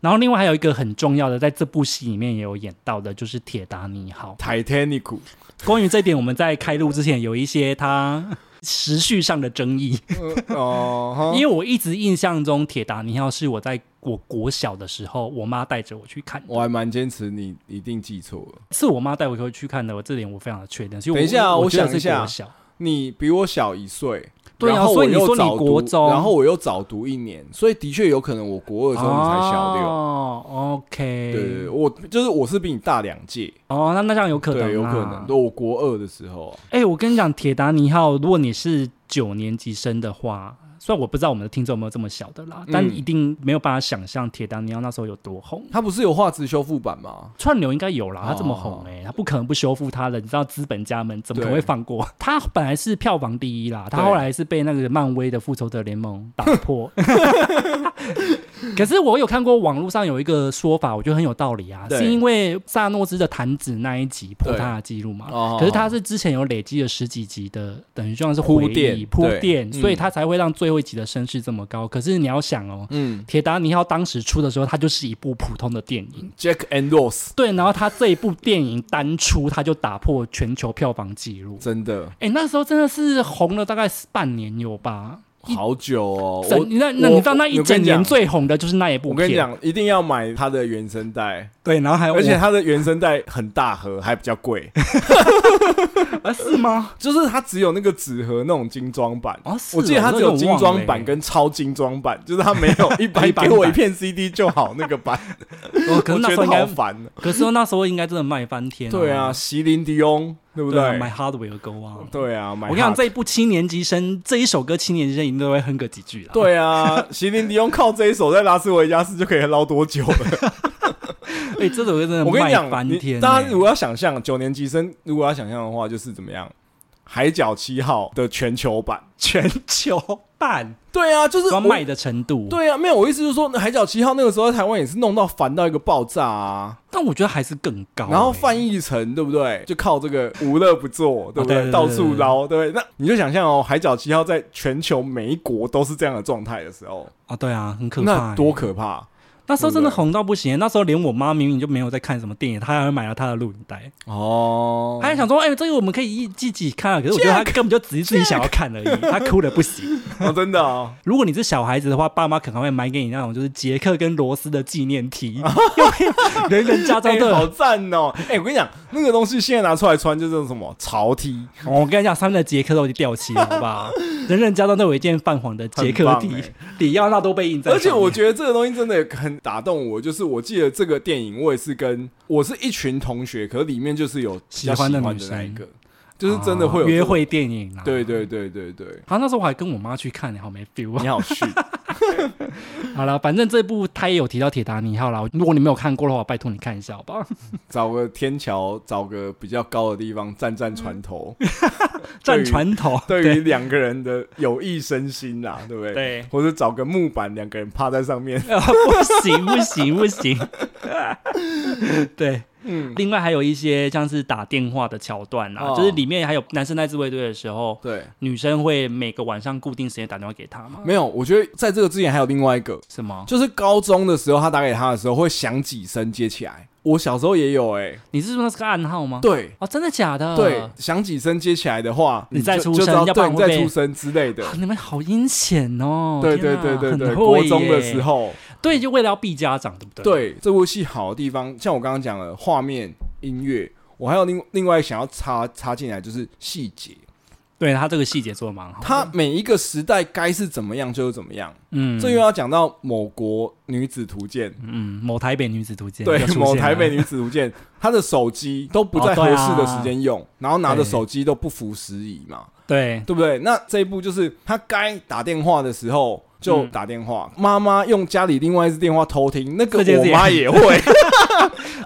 然后另外还有一个很重要的，在这部戏里面也有演到的，就是铁达尼号。嗯
Titanic，
关于这一点，我们在开录之前有一些它 时序上的争议，
呃哦、哈
因为我一直印象中铁达尼号是我在我国小的时候，我妈带着我去看的，
我还蛮坚持你一定记错了。
是我妈带我去看的，我这点我非常的确定。所以我
等一下啊
我
我
觉得
想一
是国
下
小
你比我小一岁，
对啊
然后我
所以你
又
说你
早读
国中
然后我又早读一年，所以的确有可能我国二的时候你才小六。
哦，OK，
对对，对我就是我是比你大两届，
哦，那那这样有可能、啊，
对，有可能。对，我国二的时候，
哎、我跟你讲，铁达尼号，如果你是九年级生的话，虽然我不知道我们的听众有没有这么小的啦，
嗯
但一定没有办法想象铁达尼号那时候有多红。
他不是有画质修复版吗？
串流应该有啦，它这么
哦
红哎、它不可能不修复它的，你知道资本家们怎么可能
对
会放过？它本来是票房第一啦，它
对
后来是被那个漫威的复仇者联盟打破。 可是我有看过网络上有一个说法，我觉得很有道理啊，
对
是因为萨诺斯的弹指那一集破
对
他的记录嘛，
哦
可是他是之前有累积了十几集的，等于就像是回忆
铺垫
铺
对
垫，所以
嗯
他才会让最后一集的声势这么高。可是你要想哦，
嗯
铁达尼号当时出的时候，它就是一部普通的电影。
，Jack and Rose，
对，然后他这一部电影单出，他就打破全球票房纪录。
真的
哎，那时候真的是红了大概半年有吧？
好久哦。我
整那那
我
你知道那一
我跟
整
你
年
讲
最红的就是那一部
我
片。
跟你讲，一定要买他的原声带，
对，然后还有
而且他的原声带很大盒，还比较 贵，
啊是吗？
就是它只有那个纸盒那种精装版。
啊，是哦
我记得它只
这
有
个
精
忘了
装
欸
版跟超精装版，就是它没 有一般
一般版
给我一片 CD 就好那个版，
哦 可
我
是那
觉
时候
得
应该
好，烦。
可是那时候应该真的卖翻天。
对啊，，席琳迪翁，对不
对啊，
对
买？Hardware Go 啊。
对啊，买
我跟你讲，
Hard-
这一部七年级生这一首歌，七年级生一定都会哼个几句啦。，
对啊，席琳迪翁靠这一手在拉斯维加斯就可以捞多久 了？
哎、这首歌真的
我跟你
卖
讲，
翻天、欸
你大家如果要想象九年级生如果要想象的话，就是怎么样，《海角七号》的全球版。
全球版，
对啊，就是
要
我
卖的程度。，
对啊，没有，我意思就是说，《海角七号》那个时候在台湾也是弄到烦到一个爆炸啊。
但我觉得还是更高、
然后
哎
范逸臣对不对？就靠这个无乐不作，对不
哦对对对
对？到处捞，对不对？那你就想象哦，《海角七号》在全球每一国都是这样的状态的时候，
哦，对啊，很可怕、
那
哎
多可怕
那时候真的
对不对
红到不行，欸那时候连我妈明明就没有在看什么电影，她还买了她的录影带，
哦！
她还想说，哎、这个我们可以一自己看啊。可是我觉得她 根本就只是自己想要看而已，她哭的不行。
哦，真的 哦，
如果你是小孩子的话，爸妈可能会买给你那种就是杰克跟罗斯的纪念 T，因为 人人家中
哦 哎
都有
好赞哦！哎，我跟你讲，那个东西现在拿出来穿就是什么潮 T，
哦我跟你讲，上面的杰克都已经掉漆了，好不好？人人家中都有一件泛黄的杰克
很棒
底
欸，
里奥纳都被印在上面。
而且我觉得这个东西真的很打动我，就是我记得这个电影，我也是跟我是一群同学，可是里面就是有比较
喜欢的
的
女
那一
生
个，就是真的会有
啊
这
约
种。
会电影啊。
对对对对对，
好，那时候我还跟我妈去看，好没 feel 啊。
你好逊。
好了，反正这部他也有提到《铁达尼号》啦。如果你没有看过的话，拜托你看一下，好不好？
找个天桥，找个比较高的地方站站船 头，
站船头，
对于两个人的有益身心啦，对不对？
对
或者找个木板，两个人趴在上面。
啊不行 不行不 行。对，
嗯，
另外还有一些像是打电话的桥段啊，
哦
就是里面还有男生在自卫队的时候，
对，
女生会每个晚上固定时间打电话给他吗？
没有，我觉得在这个之前还有另外一个，
什么？
就是高中的时候，他打给他的时候会响几声接起来。我小时候也有哎、
你是说那是个暗号吗？
对。
哦，真的假的？
对，响几声接起来的话，
你再
就
出
就知
声
道
要不
对，
然
你
会
再
被
出声之类的
啊。 你们好阴险哦！
对
天
对
哪
对对对，
很会
国
耶
中的时，候，
对，就为了要避家长，对不对？，
对这部戏好的地方，像我刚刚讲的画面、音乐，我还有另另外想要插插进来就是细节。
对他这个细节做的蛮好的。
它每一个时代该是怎么样就是怎么样。
哦嗯，
这又要讲到某国女子图鉴，
嗯某台北女子图鉴
对
又出，现
某台北
了
女子图鉴，她的手机都不在
哦
合
对啊
适的时间用，然后拿着
对
手机都不符时宜嘛，
对
对不对？那这一步就是她该打电话的时候就
嗯
打电话，妈妈用家里另外一只电话偷听，那个
这件
我
事也
妈也会，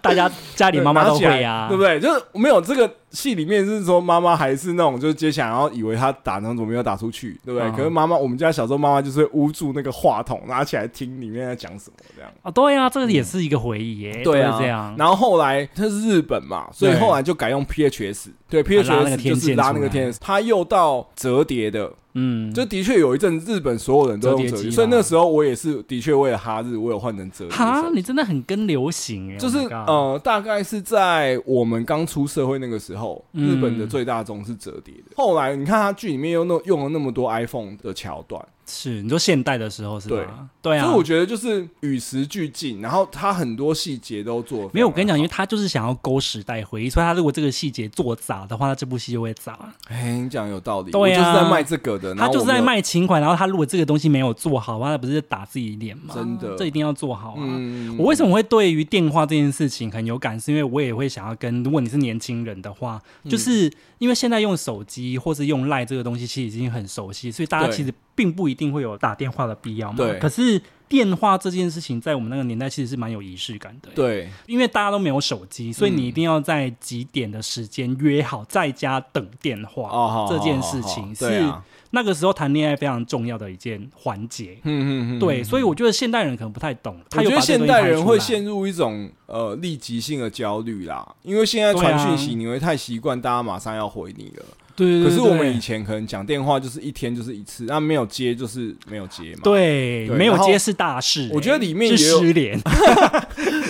大 家家里妈妈
拿
都
起来
会啊，
对不对？就是没有这个戏里面是说妈妈还是那种就是接起来，然后以为她打那种没有打出去，对不对？
嗯
可是妈妈，我们家小时候妈妈就是会捂住那个话筒，拿起来听里面在讲什么这样。
啊，对啊，这个也是一个回忆耶，
嗯对啊
哎都是这样，
然后后来它是日本嘛，所以
对
后来就改用 PHS，对
拉那个
PHS 就
天
是
线
拉
出
那个
来
天线，它又到折叠的，
嗯，
就的确有一阵日本所有人都用
折
折
叠
叠，
机
所以
嘛
那时候我也是的确为了哈日，我有换成折叠
哈
手，机。
你真的很跟流行耶，
就是
Oh my god
呃，大概是在我们刚出社会那个时候，日本的
嗯
最大宗是折叠的。后来你看它剧里面又那用了那么多 iPhone 的桥段，
是你说现代的时候是吧？对啊，
所以我觉得就是与时俱进，然后它很多细节都做。
没有，我跟你讲，因为他就是想要勾时代回忆，所以他如果这个细节做砸的话，那这部戏就会砸。
哎，你讲有道理，
对
我就是
啊
在卖这个的，然
他
后
就是
我没
在
有。
卖情怀，然后他如果这个东西没有做好，那不是打自己脸吗？
真的
这一定要做好啊！
嗯
我为什么会对于电话这件事情很有感？是因为我也会想要跟，如果你是年轻人的话，
嗯
就是因为现在用手机或是用赖这个东西，其实已经很熟悉，所以大家
对
其实并不一定会有打电话的必要嘛。
对
可是电话这件事情，在我们那个年代其实是蛮有仪式感的。。
对
因为大家都没有手机，所以你一定要在几点的时间约好在家等电话。
哦好
这件
好
事
好
情
对啊
那个时候谈恋爱非常重要的一件环节。
嗯嗯嗯，
对，所以我觉得现代人可能不太懂，他
我
有
觉
把这个
得现
东西
代
排
人
除
会
来
陷入一种呃立即性的焦虑啦，因为现在
对
传
啊
讯息你会太习惯，大家马上要回你了。
对对对
可是我们以
对
前可能讲电话就是一天就是一次，那没有接就是没有接嘛。，
对
对
没有
然后
接是大事、
我觉得里面
是
也有
失联，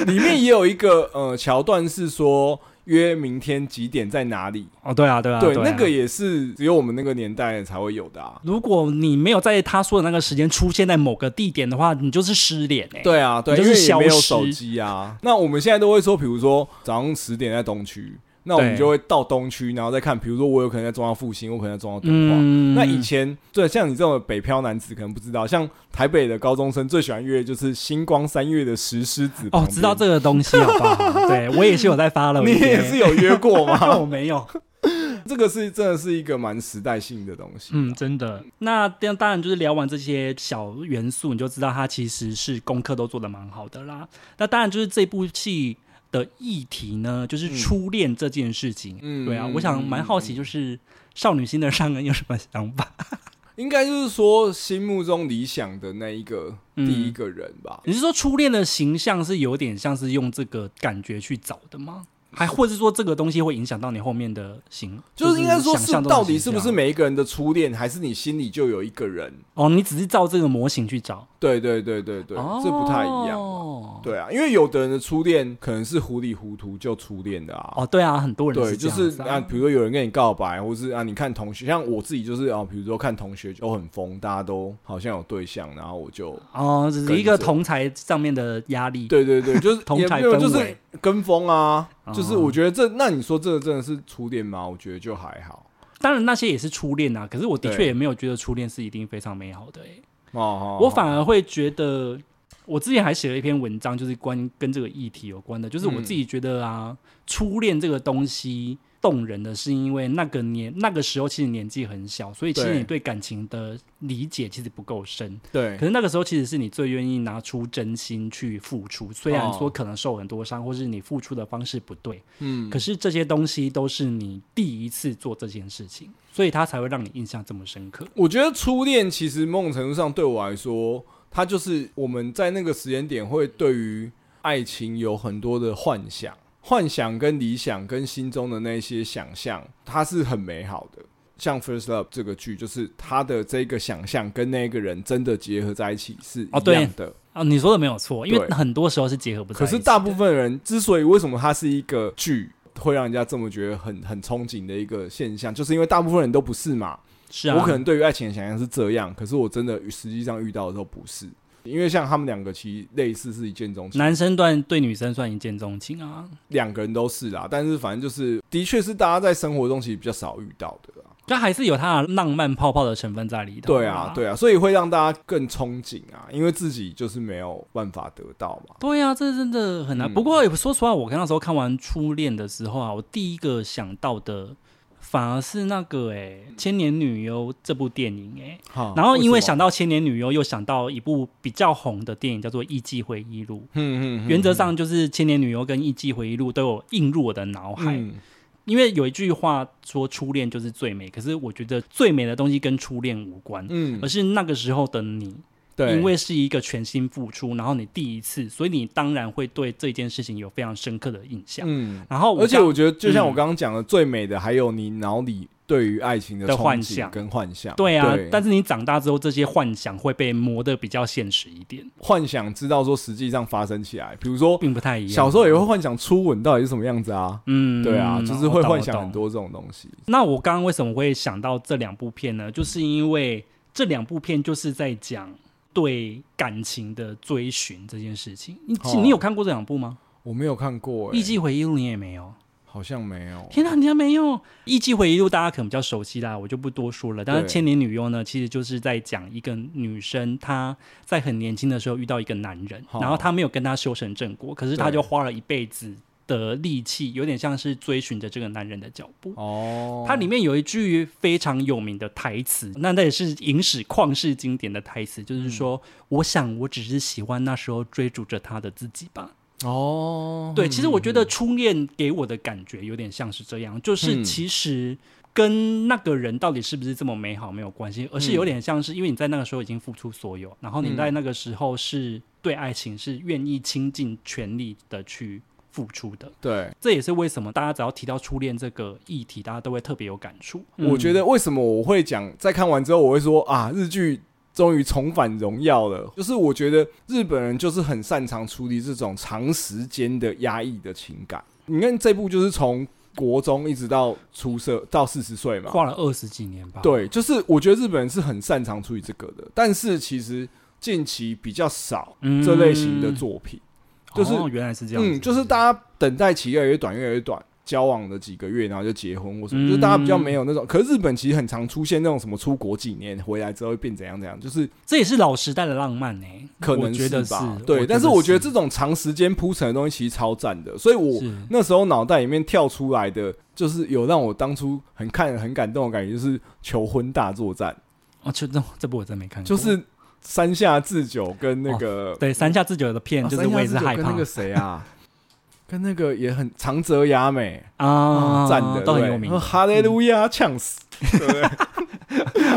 里面也有一个呃桥段是说约明天几点在哪里，
哦，对啊，对啊，
对，
啊
那个。也是只有我们那个年代才会有的啊。
如果你没有在他说的那个时间出现在某个地点的话，你就是失联哎、
对啊，对，
你
因
就是
为也没有
消失
手机啊。那我们现在都会说，比如说早上十点在东区，那我们
对
就会到东区，然后再看。比如说我有可能在中央复兴，我可能在中央敦化。
嗯，
那以前对像你这种北漂男子可能不知道，像台北的高中生最喜欢约的就是星光三月的石狮子旁
哦，
边
知道这个东西好不好？对我也是有在发了，
你也是有约 过吗？
我没有，
这个是真的是一个蛮时代性的东西。
嗯，真的。那当当然就是聊完这些小元素，你就知道它其实是功课都做的蛮好的啦。那当然就是这部戏的议题呢，就是初恋这件事情。
嗯
对啊，
嗯
我想蛮好奇，就是少女心的上恩有什么想法？
应该就是说心目中理想的那一个、
嗯
第一个人吧。
你是说初恋的形象是有点像是用这个感觉去找的吗？还或者是说这个东西会影响到你后面的行？
就是应该说
想
是
象中的
到底
形
是不是
象
每一个人的初恋，还是你心里就有一个人？
哦？你只是照这个模型去找，
对对对对对，
哦、
这不太一样。对啊，因为有的人的初恋可能是糊里糊涂就初恋的啊。
哦，对啊，很多人
对，就
这样
是
子
啊，比如说有人跟你告白，或是啊，你看同学，像我自己就是啊，比如说看同学就很疯，大家都好像有对象，然后我就
哦，只
跟
是一个
着
同才上面的压力。
对对对，就是
同
也
台
没有
氛
就是
围
跟风啊，就是
哦
我觉得这，那你说这个真的是初恋吗？我觉得就还好。
当然那些也是初恋啊，可是我的确
对
也没有觉得初恋是一定非常美好的、欸。
哦哦，
我
哦
反而会觉得，我之前还写了一篇文章，就是关跟这个议题有关的，就是我
嗯
自己觉得啊，初恋这个东西。动人的是因为那个年那个时候其实年纪很小，所以其实
对
你对感情的理解其实不够深。
对
可是那个时候其实是你最愿意拿出真心去付出，虽然
哦
说可能受很多伤，或是你付出的方式不对，
嗯
可是这些东西都是你第一次做这件事情，所以它才会让你印象这么深刻。
我觉得初恋其实某种程度上对我来说，它就是我们在那个时间点会对于爱情有很多的幻想，幻想跟理想跟心中的那些想象，它是很美好的。像《First Love》这个剧，就是他的这个想象跟那个人真的结合在一起是一
哦对
样的。
啊，你说的没有错，因为
对
很多时候是结合不在
可
一起
是
的。
大部分人之所以为什么它是一个剧，会让人家这么觉得很很憧憬的一个现象，就是因为大部分人都不是嘛。
是啊，
我可能对于爱情的想象是这样，可是我真的实际上遇到的时候不是，因为像他们两个其实类似是一见钟情，
男生段对女生算一见钟情啊。
两个人都是啦，但是反正就是的确是大家在生活中其实比较少遇到的啦。
就还是有它的浪漫泡泡的成分在里头。
对啊，，对啊，所以会让大家更憧憬啊，因为自己就是没有办法得到嘛。
对啊，这真的很难。
嗯
不过也说实话，我那时候看完《初恋》的时候啊，我第一个想到的反而是那个哎、千年女优》这部电影哎、
哈
然后因为
什
想
么
到《千年女优》，又想到一部比较红的电影，叫做《艺伎回忆录》。
嗯嗯嗯
原则上就是《千年女优》跟《艺伎回忆录》都有映入我的脑海，
嗯
因为有一句话说“初恋就是最美”，可是我觉得最美的东西跟初恋无关，
嗯，
而是那个时候的你，
对，
因为是一个全心付出，然后你第一次，所以你当然会对这件事情有非常深刻的印象。
嗯，
然后我
而且
刚
我觉得就像
嗯
我刚刚讲的，最美的还有你脑里对于爱情的
的
憧
幻
憬
想
跟幻想，
对啊，
对
但是你长大之后，这些幻想会被磨得比较现实一点，
幻想知道说实际上发生起来，比如说
并不太一样。
小时候也会幻想初吻到底是什么样子啊，
嗯，
对啊，就是会
我懂
幻
我
想
懂
很多这种东西，
那我刚刚为什么会想到这两部片呢？就是因为这两部片就是在讲对感情的追寻这件事情。你、
哦
你有看过这两部吗？
我没有看过、
《
欸，
艺伎回忆录》你也没有？
好像没有，
天哪、你还没有？《艺伎回忆录》大家可能比较熟悉啦，我就不多说了。但是《
对
千年女优》呢，其实就是在讲一个女生，她在很年轻的时候遇到一个男人，
哦
然后她没有跟他修成正果，可是她
对
就花了一辈子的力气，有点像是追寻着这个男人的脚步。
哦，
它里面有一句非常有名的台词，那那也是影史旷世经典的台词，就是说：“我想我只是喜欢那时候追逐着他的自己吧。
哦，
对，其实我觉得初恋给我的感觉有点像是这样，就是
嗯
其实。跟那个人到底是不是这么美好没有关系，而是有点像是因为你在那个时候已经付出所有，然后你
嗯
在那个时候是对爱情是愿意倾尽全力的去付出的，
对，
这也是为什么大家只要提到初恋这个议题，大家都会特别有感触。
我觉得为什么我会讲，在看完之后我会说啊，日剧终于重返荣耀了。就是我觉得日本人就是很擅长处理这种长时间的压抑的情感。你看这部就是从国中一直到出社到四十岁嘛，
花了二十几年吧。，
啊对，就是我觉得日本人是很擅长处理这个的，但是其实近期比较少
嗯
这类型的作品。就是
哦、原来是这样子，
嗯，就是大家等待期越来越短，越来越短。交往的几个月，然后就结婚或什么，就是大家比
嗯
较没有那种。可是日本其实很常出现那种什么出国几年回来之后会变怎样怎样，就是
这也是老时代的浪漫呢、
可能
我觉得是
吧，
我觉
对。
得
但是我觉得这
是
种长时间铺陈的东西其实超赞的，所以我
是
那时候脑袋里面跳出来的，就是有让我当初很看很感动的感觉，就是《求婚大作战
哦，就这这部我真没看》，过，
就是山下智久跟那个、
哦对山下智久的片，
啊
就是
山下
我也是
智久
害
跟
怕
那个谁啊， 跟那个也很长泽雅美。
啊，
站的
都很
对
有 名
呃。哈利路亚，呛死！对不对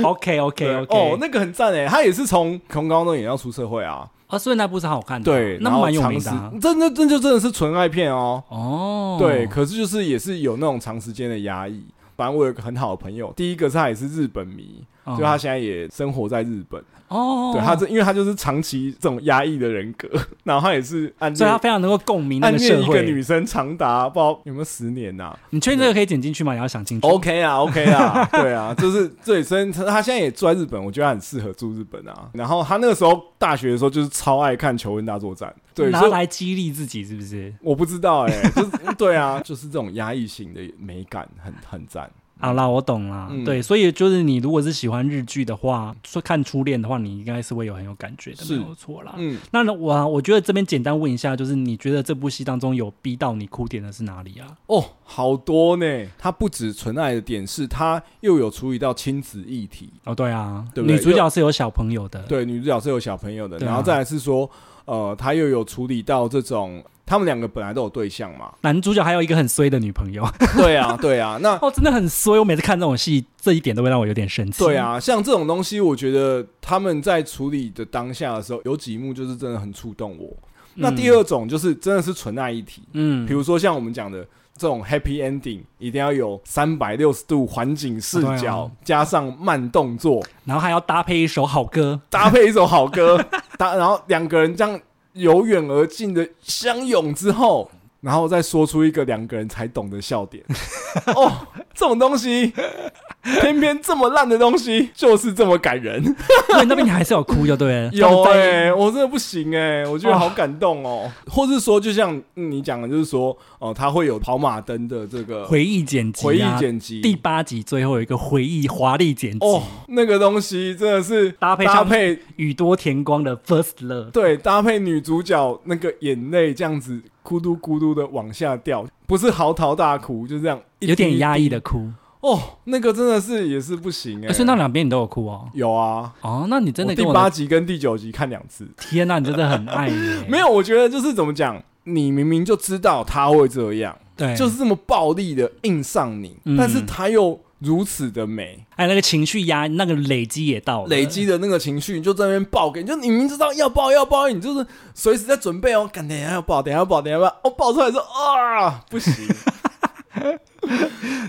OK OK
对
OK，
哦，那个很赞诶，他也是从空高中也要出社会啊，
啊，所以那部是好看的，
对，
那
然后
蛮有
长
名
时
的啊、
真的真就真的是纯爱片哦。
哦，
对，可是就是也是有那种长时间的压抑。反正我有个很好的朋友，第一个是他也是日本迷，
嗯
就他现在也生活在日本。
哦，
对他这，因为他就是长期这种压抑的人格， 然后他也是暗
所以他
恋
非常能够共鸣那
暗
个
恋
社
一个
会
女。生长达不知道有没有十年啊呐、
你确定这个可以剪进去吗？你要想清楚。
OK 啊，OK 啊，对啊，就是对，所以他他现在也住在日本，我觉得他很适合住日本啊。然后他那个时候大学的时候就是超爱看《求婚大作战》，对，
拿
所以
来激励自己是不是？
我不知道哎、就是对啊，就是这种压抑型的美感很很赞。
好啦，啊我懂啦。
嗯
对，所以就是你如果是喜欢日剧的话，说看初恋的话，你应该是会有很有感觉的，
是
没有错啦。
嗯，
那呢我啊我觉得这边简单问一下，就是你觉得这部戏当中有逼到你哭点的是哪里啊？
哦，好多呢。他不止纯爱的点是，他又有处理到亲子议题，
哦，对啊，
对不对
女主角是有小朋友的，
对，女主角是有小朋友的，
对啊，
然后再来是说，呃，他又有处理到这种。他们两个本来都有对象嘛
男主角还有一个很衰的女朋友，
对啊，对啊，那
哦，真的很衰。我每次看这种戏，这一点都会让我有点生气。
对，啊，像这种东西，我觉得他们在处理的当下的时候，有几幕就是真的很触动我。那第二，种就是真的是纯爱议题，
嗯，
比如说像我们讲的这种 happy ending，一定要有三百六十度环景视
对啊
角，加上慢动作，
然后还要搭配一首好 歌，
搭配一首好歌， 搭然后两个人这样由远 而近的相拥之后，然后再说出一个两个人才懂的笑点，哦，这种东西，偏偏这么烂的东西就是这么感人。
那你那边你还是有哭就对了，
有
哎、
哎、我真的不行哎、我觉得好感动哦。或是说，就像嗯你讲的，就是说哦，它会有跑马灯的这个
回忆剪辑、啊，
回忆剪辑，
第八集最后有一个回忆华丽剪辑，
哦，那个东西真的是
搭配
搭
上
配
宇多田光的 First Love，
对，搭配女主角那个眼泪这样子咕嘟咕嘟的往下掉，不是嚎啕大哭，就这样一滴
有点压抑
一滴
的哭。
哦。那个真的是也是不行哎、
欸所以那两边你都有哭哦。
有啊，
哦，那你真的
我
跟
第
我
八
的哎
集跟第九集看两次，
天呐、你真的很爱耶
没有，我觉得就是怎么讲，你明明就知道他会这样，
对，
就是这么暴力的硬上你，
哎嗯
但是他又如此的美，
还有哎那个情绪压那个累积也到了，
累积的那个情绪，你就在那边爆给，你就你明知道要爆要爆，你就是随时在准备哦，干等一下要爆，等一下要爆，等一下要爆，哦，爆出来之后啊，不行，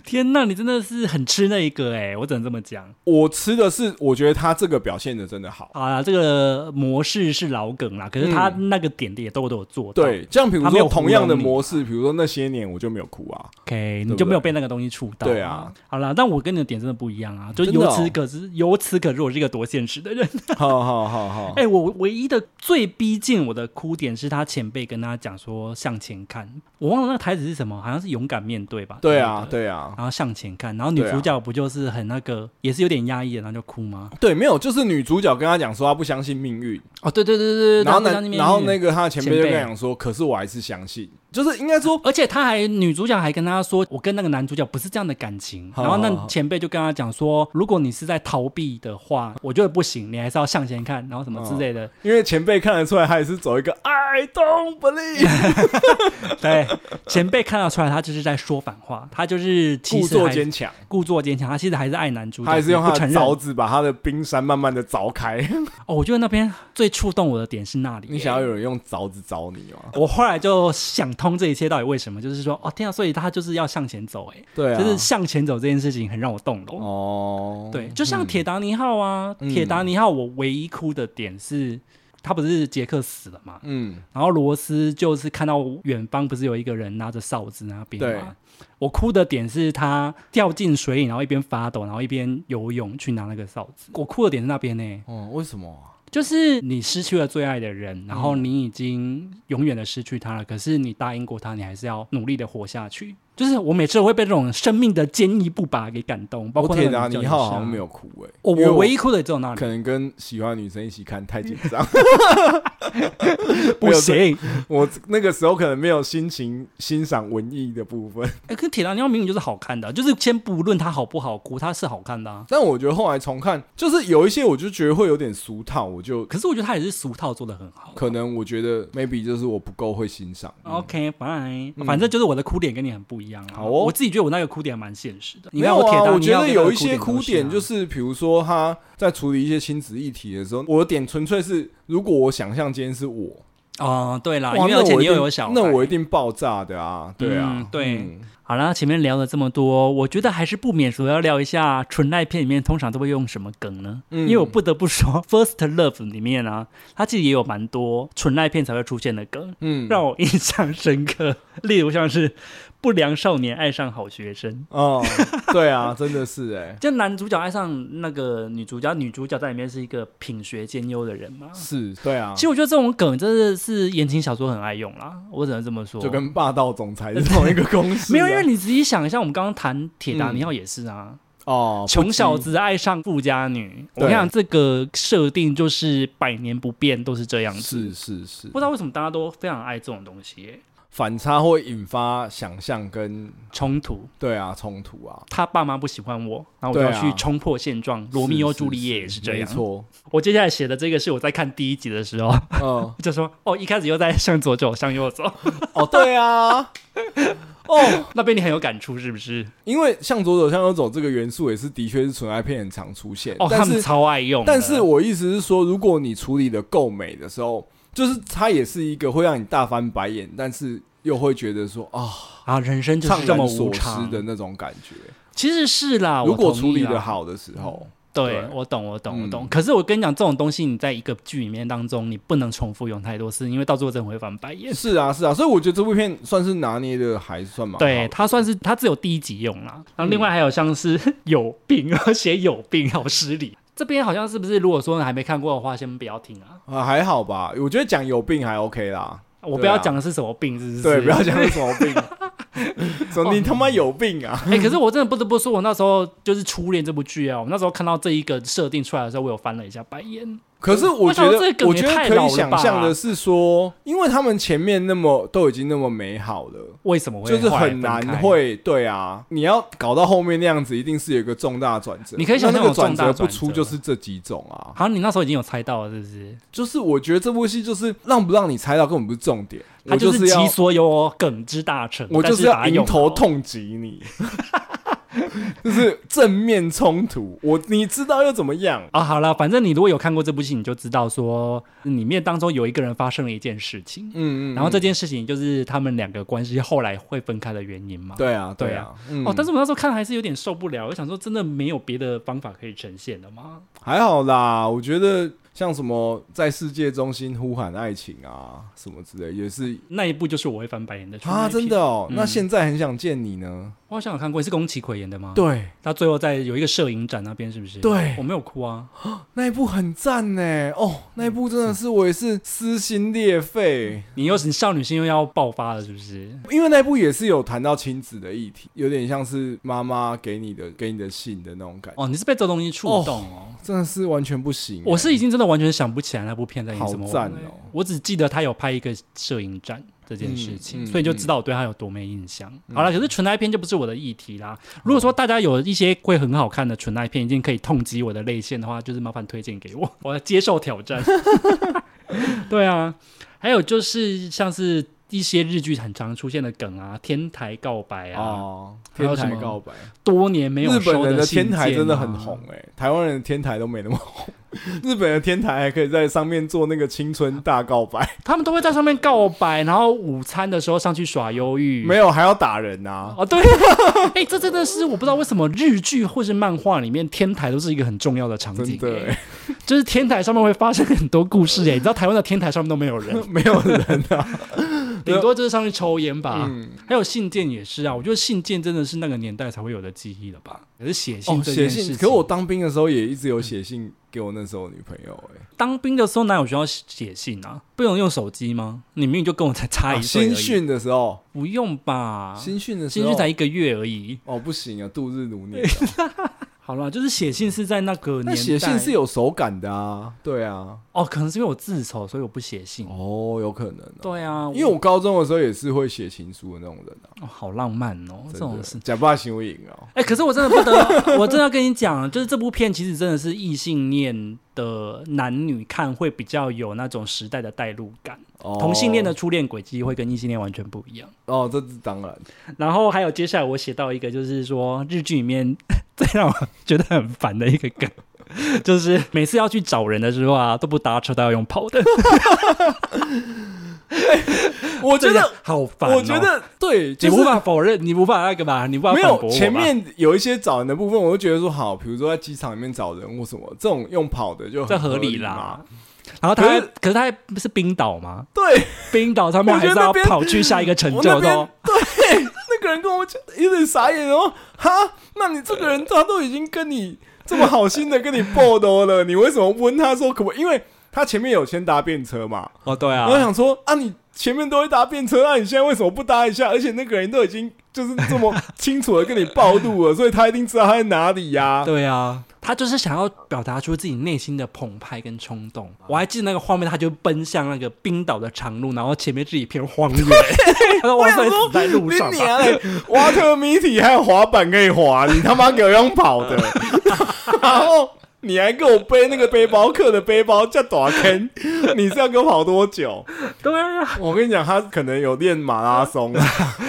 天呐，你真的是很吃那一个哎，我只能这么讲。
我吃的是，我觉得他这个表现的真的好，
好啦，这个模式是老梗啦，可是他那个点的也都都有做到。
嗯对，像比如
他没
说
有糊弄
同样的
你
模式，比如说那些年我就没有哭啊，
，OK，
不
你就没有被那个东西触到。
对啊，
好啦，但我跟你的点真的不一样啊，就
真的
由
哦
此可知，由此可知我是一个多现实的人。
好好好好，
哎、我唯一的最逼近我的哭点是他前辈跟他讲说向前看，我忘了那个台词是什么，好像是勇敢面对吧？
对啊
之类的。
对啊，
然后向前看，然后女
对啊
主角不就是很那个，也是有点压抑的，然后就哭吗？
对，没有，就是女主角跟他讲说她不相信命运，
哦，对对对对对，
然后
她不相信
男，
命运
然后那，个他的前辈就
前辈
跟他讲说，可是我还是相信，就是应该说，
而且他还女主角还跟他说，我跟那个男主角不是这样的感情。
好
然后
好好
那前辈就跟他讲说，如果你是在逃避的话，我觉得不行，你还是要向前看，然后什
哦
么之类的。
因为前辈看得出来，他也是走一个 I don't believe
对，前辈看得出来，他就是在说反话，他就是其
故
实
作
还是
坚强，
故作坚强，他其实还是爱男主角，
他还是用
不
他
承
的
认。
凿子把他的冰山慢慢的凿 开。
哦，我觉得那边最触动我的点是那里。
你想要有人用凿子凿你吗？
我后来就想通这一切到底为什么，就是说，哦天啊，所以他就是要向前走、哎、
对啊，
就是向前走这件事情很让我动容。
哦，
对，就像铁达尼号啊，
嗯
铁达尼号我唯一哭的点是，他不是杰克死了嘛，
嗯，
然后罗斯就是看到远方不是有一个人拿着哨子那边
对
嘛，我哭的点是他掉进水里，然后一边发抖，然后一边游泳去拿那个哨子，我哭的点是那边呢、
哦，为什么啊？
就是嗯你失去了最爱的人，然后你已经永远的失去他了。可是你答应过他，你还是要努力的活下去。就是我每次都会被这种生命的坚毅不拔给感动，包
我
括
铁达尼号好像没
有。
有哭哎，
我
因为
哦我唯一哭的也只有 那里，
可能跟喜欢的女生一起看太紧张，
不行。
我那个时候可能没有心情欣赏文艺的部分。
哎、可是铁达尼号明明就是好看的啊、就是先不论它好不好哭，它是好看的啊。
但我觉得后来重看，就是有一些我就觉得会有点俗套，我就
可是我觉得它也是俗套做的很好。
可能我觉得 maybe 就是我不够会欣赏。嗯
OK，拜、
嗯
反正就是我的哭点跟你很不一样啊。
好哦
我自己觉得我那个哭点蛮现实的。你
没
看
有
铁达尼
啊，
号
我觉得
跟
有
那
一
个
些哭
都
点
啊
就是，比如说他在处理一些亲子议题的时候，我的点纯粹是，如果我想象今天是我，
哦，对啦，因
哇
为
那
而且
我
你
一
又
定
有小孩，
那我一定爆炸的啊，对啊，
嗯对
嗯
好啦，前面聊了这么多，我觉得还是不免俗要聊一下纯爱片里面通常都会用什么梗呢？
嗯
因为我不得不说，《First Love》里面啊，它其实也有蛮多纯爱片才会出现的梗，
嗯，
让我印象深刻。 例如像是不良少年爱上好学生，
哦，对啊，真的是哎、
就男主角爱上那个女主角，女主角在里面是一个品学兼优的人嘛。
是，对啊
其，实我觉得这种梗真的是言情小说很爱用啦，我只能这么说。
就跟霸道总裁是同一个公司、啊，
没有，因为你仔细想一下，我们刚刚谈铁达
嗯
尼号也是啊。
哦，不
穷
羁
小子爱上富家女，我跟
对
你讲，这个设定就是百年不变，都是这样子。
是是是
不，知道为什么大家都非常爱这种东西耶
反差会引发想象跟
冲突。
对啊冲突啊，
他爸妈不喜欢我，然后我就要
对啊
去冲破现状。罗密欧朱丽叶也是这
没
样。
错，
我接下来写的这个是我在看第一集的时候
嗯，
就说，哦，一开始又在向左走，向右 走，
哦，对啊，哦，
那边你很有感触是不是？
因为向左走向右走这个元素也是的确是纯爱片很常出现，
哦，他
但
们
是
超爱用的。
但是我意思是说，如果你处理的够美的时候，就是它也是一个会让你大翻白眼，但是又会觉得说啊，
啊，人生就
怅
是这么
然
无
所失
常
的那种感觉。
其实是啦，
如
我
果
同
处
意
理
啦
的好的时候，
对
对
我懂，我懂，我懂。
嗯
可是我跟你讲，这种东西你在一个剧里面当中，你不能重复用太多次，因为到最后真的会翻白眼。
是啊，是啊，所以我觉得这部片算是拿捏的还算蛮好
对
的。
它算是它只有第一集用啦，然后另外还有像是 有病，写有病好失礼。这边好像是不是？如果说还没看过的话，先不要听啊。
啊，还好吧，我觉得讲有病还 OK 啦。
我不
对啊
要讲的是什么病，是不哦是？
对，不要讲是什么病，说你他妈有病啊！
哎、可是我真的不得不说，我那时候就是《初恋》这部剧啊，我那时候看到这一个设定出来的时候，我有翻了一下白眼。
可是我觉
我想这个
得，
梗
我
也
觉得
太
可
老
以
了
想
吧
象的是说，因为他们前面那么都已经那么美好了，
为什么会
就是
后来
很
分
难
开？
会对啊，你要搞到后面那样子，一定是有一个重大转折。
你可以
那
想象
那
有
个转
重大
折不
转
出
折
就是这几种啊，
好像你那时候已经有猜到了，是不是？
就是我觉得这部戏就是让不让你猜到根本不是重点，
他
我就
就是
是要
集所有梗之大成，
我就
但
是
是
要
把它
迎
用
头
好。
痛击你， 就是正面冲突。我你知道又怎么样？
啊，好了，反正你如果有看过这部戏，你就知道说里面当中有一个人发生了一件事情，
嗯嗯，
然后这
嗯
件事情就是他们两个关系后来会分开的原因嘛。。
对啊对
对
啊
啊，
嗯
哦，但是我那时候看还是有点受不了，我想说真的没有别的方法可以呈现的吗？
还好啦，我觉得像什么在世界中心呼喊爱情啊什么之类，也是
那一部就是我会翻白眼的
啊，真的，哦。
嗯
那现在很想见你呢。
我好像有看过，是宫崎葵演的吗？，
对，
他最后在有一个摄影展那边是不是？
对
我没有哭啊，
那一部很赞呢。哦，那一部真的是我也是撕心裂肺，
你又是少女心又要爆发了是不是？
因为那一部也是有谈到亲子的议题，有点像是妈妈给你的给你的信的那种感觉，
哦，你是被这东西触
哦
动哦。
真的是完全不行欸。
我是已经真的完全想不起来那部片在演
好
什么
赞
了
哦
我只记得他有拍一个摄影展这件事情，
嗯嗯嗯
所以就知道我对他有多没印象。好了，可是纯爱片就不是我的议题啦。如果说大家有一些会很好看的纯爱片，已经可以痛击我的泪腺的话，就是麻烦推荐给我， 我要接受挑战。 对啊，还有就是像是一些日剧很常出现的梗啊，天台告白啊，
哦，
还有
天
什么
台告白，
多年没有
日本
收
人的
信
天台
件
真的
啊
很红哎、台湾人的天台都没那么红。 日本的天台还可以在上面做那个青春大告白，
他们都会在上面告白，然后午餐的时候上去耍忧郁。
没有还要打人呐、啊。
嗯哦，对， 哎、这真的是我不知道为什么日剧或是漫画里面天台都是一个很重要的场景
真、的、
哎
欸，，
就是天台上面会发生很多故事哎、你知道台湾的天台上面都没有人
没有人啊。
顶多就是上去抽烟吧。
嗯，
还有信件也是啊，我觉得信件真的是那个年代才会有的记忆了吧？可是写信
哦，
这
写
件事情，
信。可我当兵的时候也一直有写信给我那时候女朋友、欸，
当兵的时候哪有需要写信啊？不能用手机吗？你明明就跟我才差
哎、
一岁而已、
新训的时候，
不用吧？
新训的时
啊新
候，
训才一个月而已。
哦，不行啊，度日如年啊。
好啦，就是写信是在那个年代，
那写信是有手感的啊，对啊，
哦，可能是因为我自丑，所以我不写信。
哦，有可能、哦。
嗯对啊，
因为我高中的时候也是会写情书的那种人啊，
哦好浪漫哦，这种事。
假扮行为哦。
哎、可是我真的不得， 我真的跟你讲，就是这部片其实真的是异性恋的男女看会比较有那种时代的代入感，
哦
同性恋的初恋轨迹会跟异性恋完全不一样。
哦，这是当然。
然后还有接下来我写到一个，就是说日剧里面 最让我觉得很烦的一个梗， 就是每次要去找人的时候啊，都不搭车，都要用跑的。
我觉
这
得
个，好烦哦、
我觉得对，
你
就是
无法否认，你无法那个吧，你无法
没
反驳
有
我吧
前面有一些找人的部分，我就觉得说好，比如说在机场里面找人或什么，这种用跑的就
这
很
合
理
理
嘛
啦。。然后他
可
还
是
可是他还不是冰岛吗？
对，
冰岛他们
我觉
还
得
是要
那边
跑去下一个城
我
镇
那
哦
边。对 那个人跟我讲，有点傻眼哦。哈，那你这个人他都已经跟你这么好心的跟你报道了，你为什么问他说可不？因为他前面有先搭便车嘛，
哦，对啊
我，想说啊，你前面都会搭便车，那、啊你现在为什么不搭一下？而且那个人都已经就是这么清楚的跟你暴 露了，所以他一定知道他在哪里呀、
对啊，他就是想要表达出自己内心的澎湃跟冲动。我还记得那个画面，他就奔向那个冰岛的长路，然后前面是一片荒 原。他说：“哇塞，死在路
你
上吧
娘嘞！挖特谜体还有滑板可以滑，你他妈给我用跑 的，然后你还给我背那个背包客的背包叫短坑，你是要给我跑多久？！”
对啊，
我跟你讲，他可能有练马拉松，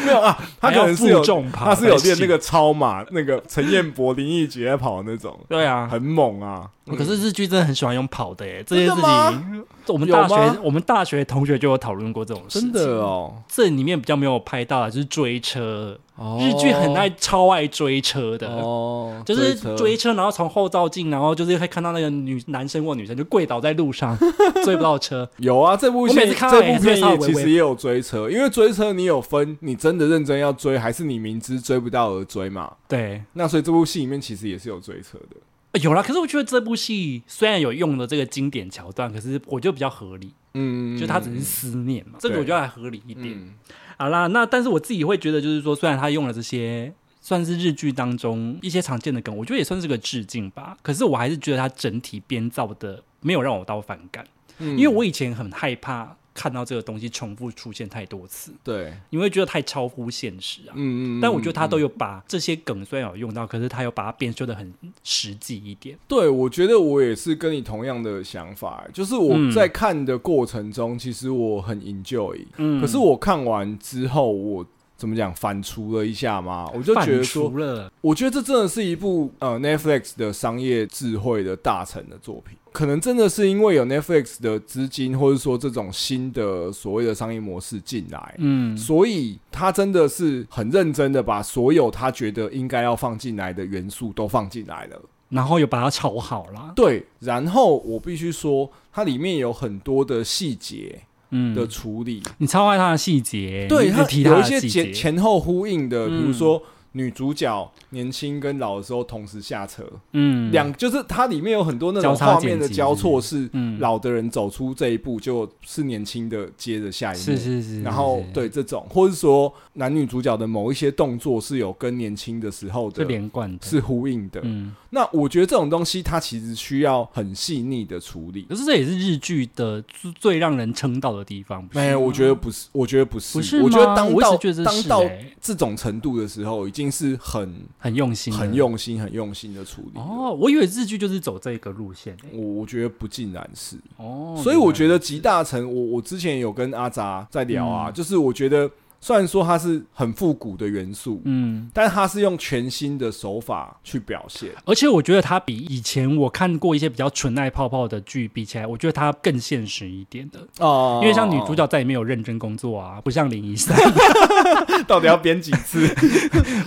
没有啊，他可能是
还要
有
负重跑
他是有练那
才
个超马，那个陈彦博、林奕杰在跑的那种，
对啊。
很猛啊！
可是日剧真的很喜欢用跑的耶，这件事
真的
情
吗
我们
有
大
吗
学我们大学同学就有讨论过这种事情。
哦，
这里面比较没有拍到的就是追车，
哦
日剧很爱超爱追车的。
哦，
就是
车
追车，然后从后照镜，然后就是会看到那个女男生或女生就跪倒在路 上，追不到车。
有啊，这部
我每
片
次看到
这
也
部
是会
片
稍微
也
微
其
微
实也有追车，因为追车你有分，你真的认真要追，还是你明知追不到而追嘛？
对，
那所以这部戏里面其实也是有追车的。
呃有啦。可是我觉得这部戏虽然有用了这个经典桥段，可是我觉得比较合理，
嗯，
就它只是思念嘛，这个我觉得还合理一点。
嗯
好啦，那但是我自己会觉得，就是说，虽然他用了这些算是日剧当中一些常见的梗，我觉得也算是个致敬吧。可是我还是觉得它整体编造的没有让我到反感，
嗯
因为我以前很害怕看到这个东西重复出现太多次，
对，
因为觉得太超乎现实啊。
嗯嗯，
但我觉得他
嗯
都有把这些梗虽然有用到，可是他有把它变修的很实际一点。
对，我觉得我也是跟你同样的想法，就是我
嗯
在看的过程中，其实我很 enjoy，
嗯，
可是我看完之后，我怎么讲反刍了一下嘛，我就觉得说，
除了
我觉得这真的是一部呃 Netflix 的商业智慧的大成的作品。可能真的是因为有 Netflix 的资金，或者说这种新的所谓的商业模式进来，
嗯
所以他真的是很认真的把所有他觉得应该要放进来的元素都放进来了。
然后有把它炒好啦。
对，然后我必须说，它里面有很多的细节
嗯
的处理，
你超爱它的细节，
对
你一直
它
提
有
它
一
的
些
细
前
节，
前后呼应的，比如
嗯
说女主角年轻跟老的时候同时下车，
嗯，
两就是它里面有很多那种
交叉
画
剪
面的
辑
交错是
嗯
老的人走出这一步，就是年轻的接着下一步。
是是是，
然后
是，
对这种，或是说男女主角的某一些动作是有跟年轻的时候
是
的
连贯的，
是呼应的。
嗯。
那我觉得这种东西它其实需要很细腻的处理。
可是这也是日剧的最最让人称道的地方，不是
没有，
吗
我觉得不是，我觉得不是，
不是吗
我觉得当
我一直
到
觉得是
当到
欸
这种程度的时候，已经是很
很用心的，
很用心、很用心的处理了。
哦。我以为日剧就是走这个路线欸
我我觉得不尽然是，
哦，
所以我
得
觉得集大成，我我之前有跟阿杂在聊啊，
嗯
就是我觉得虽然说它是很复古的元素，
嗯。
但它是用全新的手法去表现。
而且我觉得它比以前我看过一些比较纯爱泡泡的剧比起来，我觉得它更现实一点的，
哦
因为像女主角在里面有认真工作啊，不像林一山。
到底要编几次？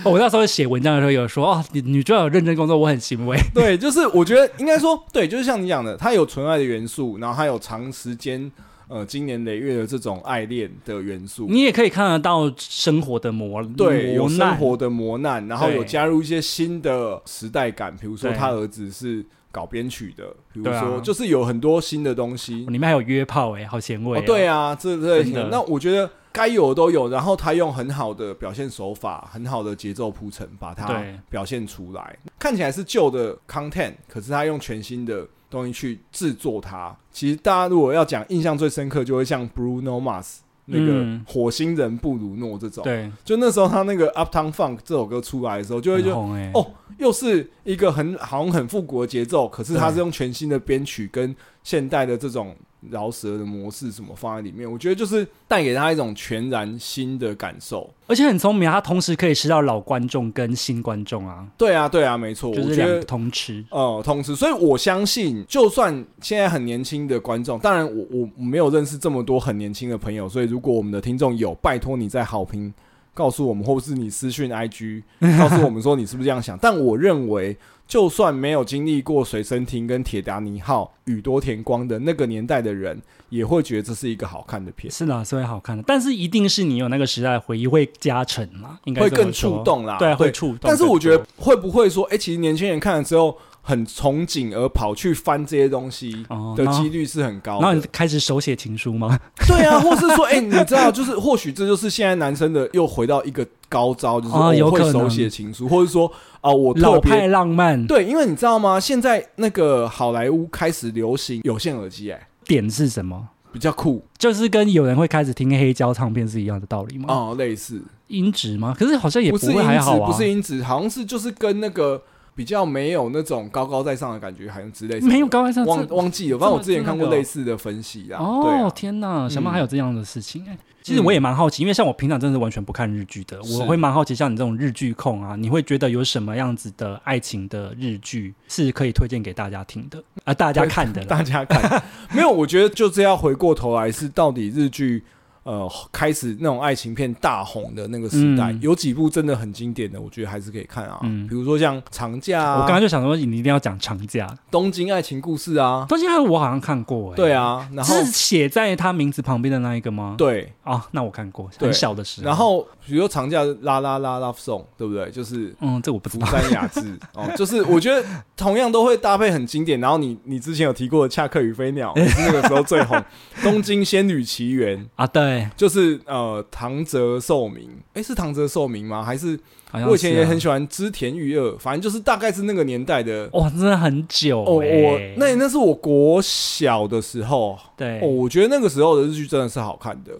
哦 我那时候写文章的时候有说，哦，女女主角有认真工作，我很欣 慰。
对，就是我觉得应该说，对，就是像你讲的，它有纯爱的元素，然后它有长时间呃经年累月的这种爱恋的元素，
你也可以看得到生活的磨
对，有
磨
生
难，
活的磨难，然后有
对
加入一些新的时代感，比如说
对
他儿子是搞编曲的，比如
对啊
说就是有很多新的东西。
里面还有约炮、哎，好前卫、
哦，对
啊，
啊，这类型
真的
的。那我觉得该有的都有，然后他用很好的表现手法、很好的节奏铺陈，把它
对
表现出来。看起来是旧的 content，可是他用全新的东西去制作它。其实大家如果要讲印象最深刻，就会像 Bruno Mars 那个
嗯
火星人布鲁诺这种。
对，
就那时候他那个 Uptown Funk 这首歌出来的时候，就会觉
很
得
红哎、
哦又是一个很好像很复古的节奏，可是它是用全新的编曲跟现代的这种饶舌的模式什么放在里面，我觉得就是带给他一种全然新的感受。
而且很聪明，他同时可以吃到老观众跟新观众啊，
对啊，对啊，没错，
就
我
是
觉
两个
得。
通吃。
呃，同时，所以我相信，就算现在很年轻的观众，当然我我我没有认识这么多很年轻的朋友，所以如果我们的听众有，拜托你在好评告诉我们，或是你私 讯 IG 告诉我们说你是不是这样想。但我认为，就算没有经历过随身听跟铁达尼号、宇多田光的那个年代的人，也会觉得这是一个好看的片，
是啦，是会好看的，但是一定是你有那个时代的回忆会加成啦，应该
会
这么
更
说
触，动啦。
对，会触动。
但是我觉得，会不会说，哎、其实年轻人看了之后很憧憬，而跑去翻这些东西
哦
的
然后
几率是很高
然后你
的。
开始手写情书吗？
对啊， 或是说，哎、你知道，就是或许这就是现在男生的又回到一个高招，就是
哦有
我
可
会
能
手写情书，或者说啊、我特
老派
别
浪漫
对，因为你知道吗？现在那个好莱坞开始流行有线耳机、哎，
点是什么？
比较酷
就是跟有人会开始听黑胶唱片是一样的道理吗？
哦、类似
音质吗？可是好像嗯也
不是
会还
音质
好，啊，
不是音质，好像是就是跟那个比较没有那种高高在上的感觉，好像之类什么的
没有高高在上
忘
这。
忘记了，反正我之前
这么
看过
这么
类似的分析啦。对
哦
啊，
天哪，想不到
嗯
还有这样的事情哎、嗯其实我也蛮好奇，因为像我平常真的完全不看日剧的，
是
我会蛮好奇，像你这种日剧控啊，你会觉得有什么样子的爱情的日剧是可以推荐给大家听的啊、 大家看的啦？
大家看没有？我觉得就是要回过头来，是到底日剧呃开始那种爱情片大红的那个时代，
嗯
有几部真的很经典的，我觉得还是可以看啊。
嗯
比如说像《长假》
我
啊，
刚刚就想说，你一定要讲长假，
《东京爱情故事》啊，
东京还有我好像看过、欸，
对，啊，然后
是写在他名字旁边的那一个吗？
对，
啊，那我看过，
对
很小的时候。
然，后比如说《长假》啦啦啦 Love Song，对不对？就是
嗯，这我不知
福
道。
山雅治哦，就是我觉得同样都会搭配很经典。然后你你之前有提过的《恰克与 飞鸟》也是那个时候最红，《东京仙女奇缘》
啊，对，
就是呃唐泽寿明，诶，是唐泽寿明吗？还是
好像是啊
我以前也很喜欢织田裕二，反正就是大概是那个年代的。
哇，真的很久、
哦，
欸
我那那是我国小的时候，
对、哦
哦，我觉得那个时候的日剧真的是好看的。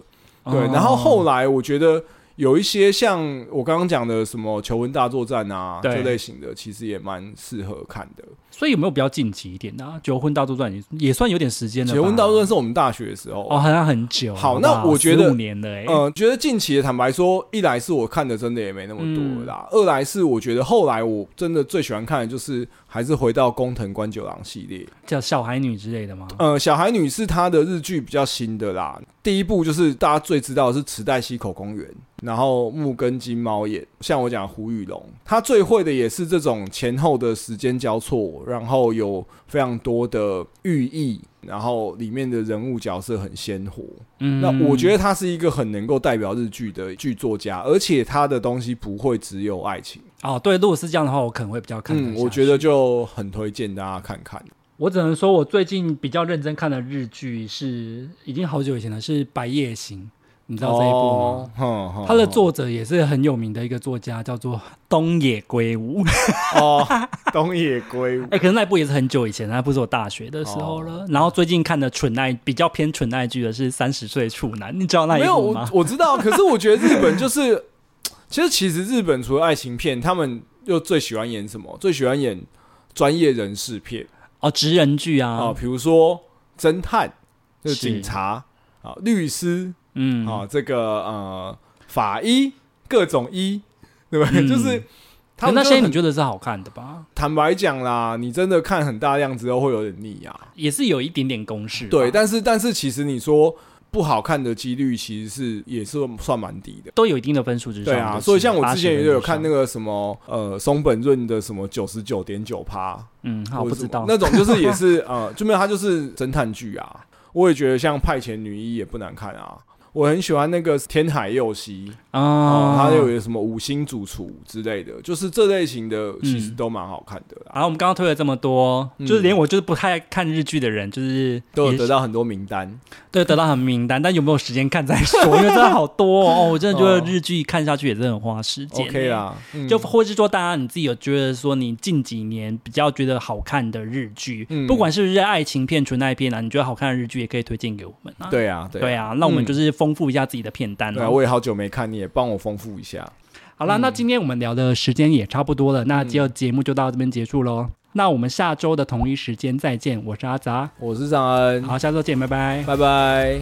对，然后后来我觉得有一些像我刚刚讲的什么《求婚大作战》啊
对
这类型的，其实也蛮适合看的。
所以有没有比较晋级一点的、啊？求婚大作战也也算有点时间
《
了吧。
求婚大作战》是我们大学的时候，
哦，好像很久。
好
不
那我觉得
15年了、欸，
呃，觉得近期的坦白说，一来是我看的真的也没那么多啦，
嗯
二来是我觉得后来我真的最喜欢看的就是还是回到工藤官九郎系列。
叫小孩女之类的吗？
呃，小孩女是她的日剧比较新的啦，第一部就是大家最知道的是池袋西口公园，然后木根金猫演，像我讲的胡宇龙，他最会的也是这种前后的时间交错，然后有非常多的寓意。然后里面的人物角色很鲜活，
嗯，
那我觉
得
得他是一个很能够代表日剧的剧作家，而且他的东西不会只有爱情。
哦，对，如果是这样的话，我可能会比较看得下
嗯，
去。
我觉得就很推荐大家看看。
我只能说，我最近比较认真看的日剧是已经好久以前了，是《白夜行》，你知道这一部吗？
哦哼哼
它的
哼
作者也是很有名的一个作家，叫做东野圭吾。
哦，东野圭吾
哎、可是那部也是很久以前，那部是我大学的时候
哦
了。然后最近看的纯爱比较偏纯爱剧的是《三十岁处男》，你知道那一
没有
部
我
吗？
我知道，可是我觉得日本 就是，其实其实日本除了爱情片，他们又最喜欢演什么？最喜欢演专业人士片
哦，职人剧啊，
啊，比如说侦探，就是
是
警察啊，律师
嗯，
啊，这个呃法医各种医，对吧？
嗯
就是他
可
们
那
就
些你
很
觉得是好看的吧？
坦白讲啦，你真的看很大量之后会有点腻啊。
也是有一点点公式吧，
对，但是但是其实你说不好看的几率其实是也是算蛮低的。
都有一定的分数之上。
对啊，所以像我之前也有看那
个，
个什么呃松本润的什么九十九点九趴，
嗯，好，
或
不
者什
知
么
道，
那种就是也 是呃，就没有他就是侦探剧啊。我也觉得像派遣女一也不难看啊，我很喜欢那个天海佑希，哦、
啊，
他有一个什么五星主厨之类的，就是这类型的其实
嗯
都蛮好看的啦，
然后我们刚刚推了这么多，
嗯
就是连我就是不太看日剧的人，就是
都有
也
得到很多名单。
对得到很名单，但有没有时间看再说，因为真的好多哦。哦我真的觉得
哦
日剧看下去也是很花时间。
OK。啦，嗯
就或是说，大家你自己有觉得说，你近几年比较觉得好看的日剧，
嗯
不管是不是爱情片、纯爱片啊，你觉得好看的日剧也可以推荐给我们啊。
对啊，对啊
对啊，那我们
嗯
就是丰富一下自己的片单
对啊，
哦。
我也嗯好久没看，你也帮我丰富一下。
好啦，那今天我们聊的时间也差不多了，那
嗯
今天节目就到这边结束喽。那我们下周的同一时间再见，我是阿杂，
我是尚恩，
好，下周见，拜拜。
拜拜。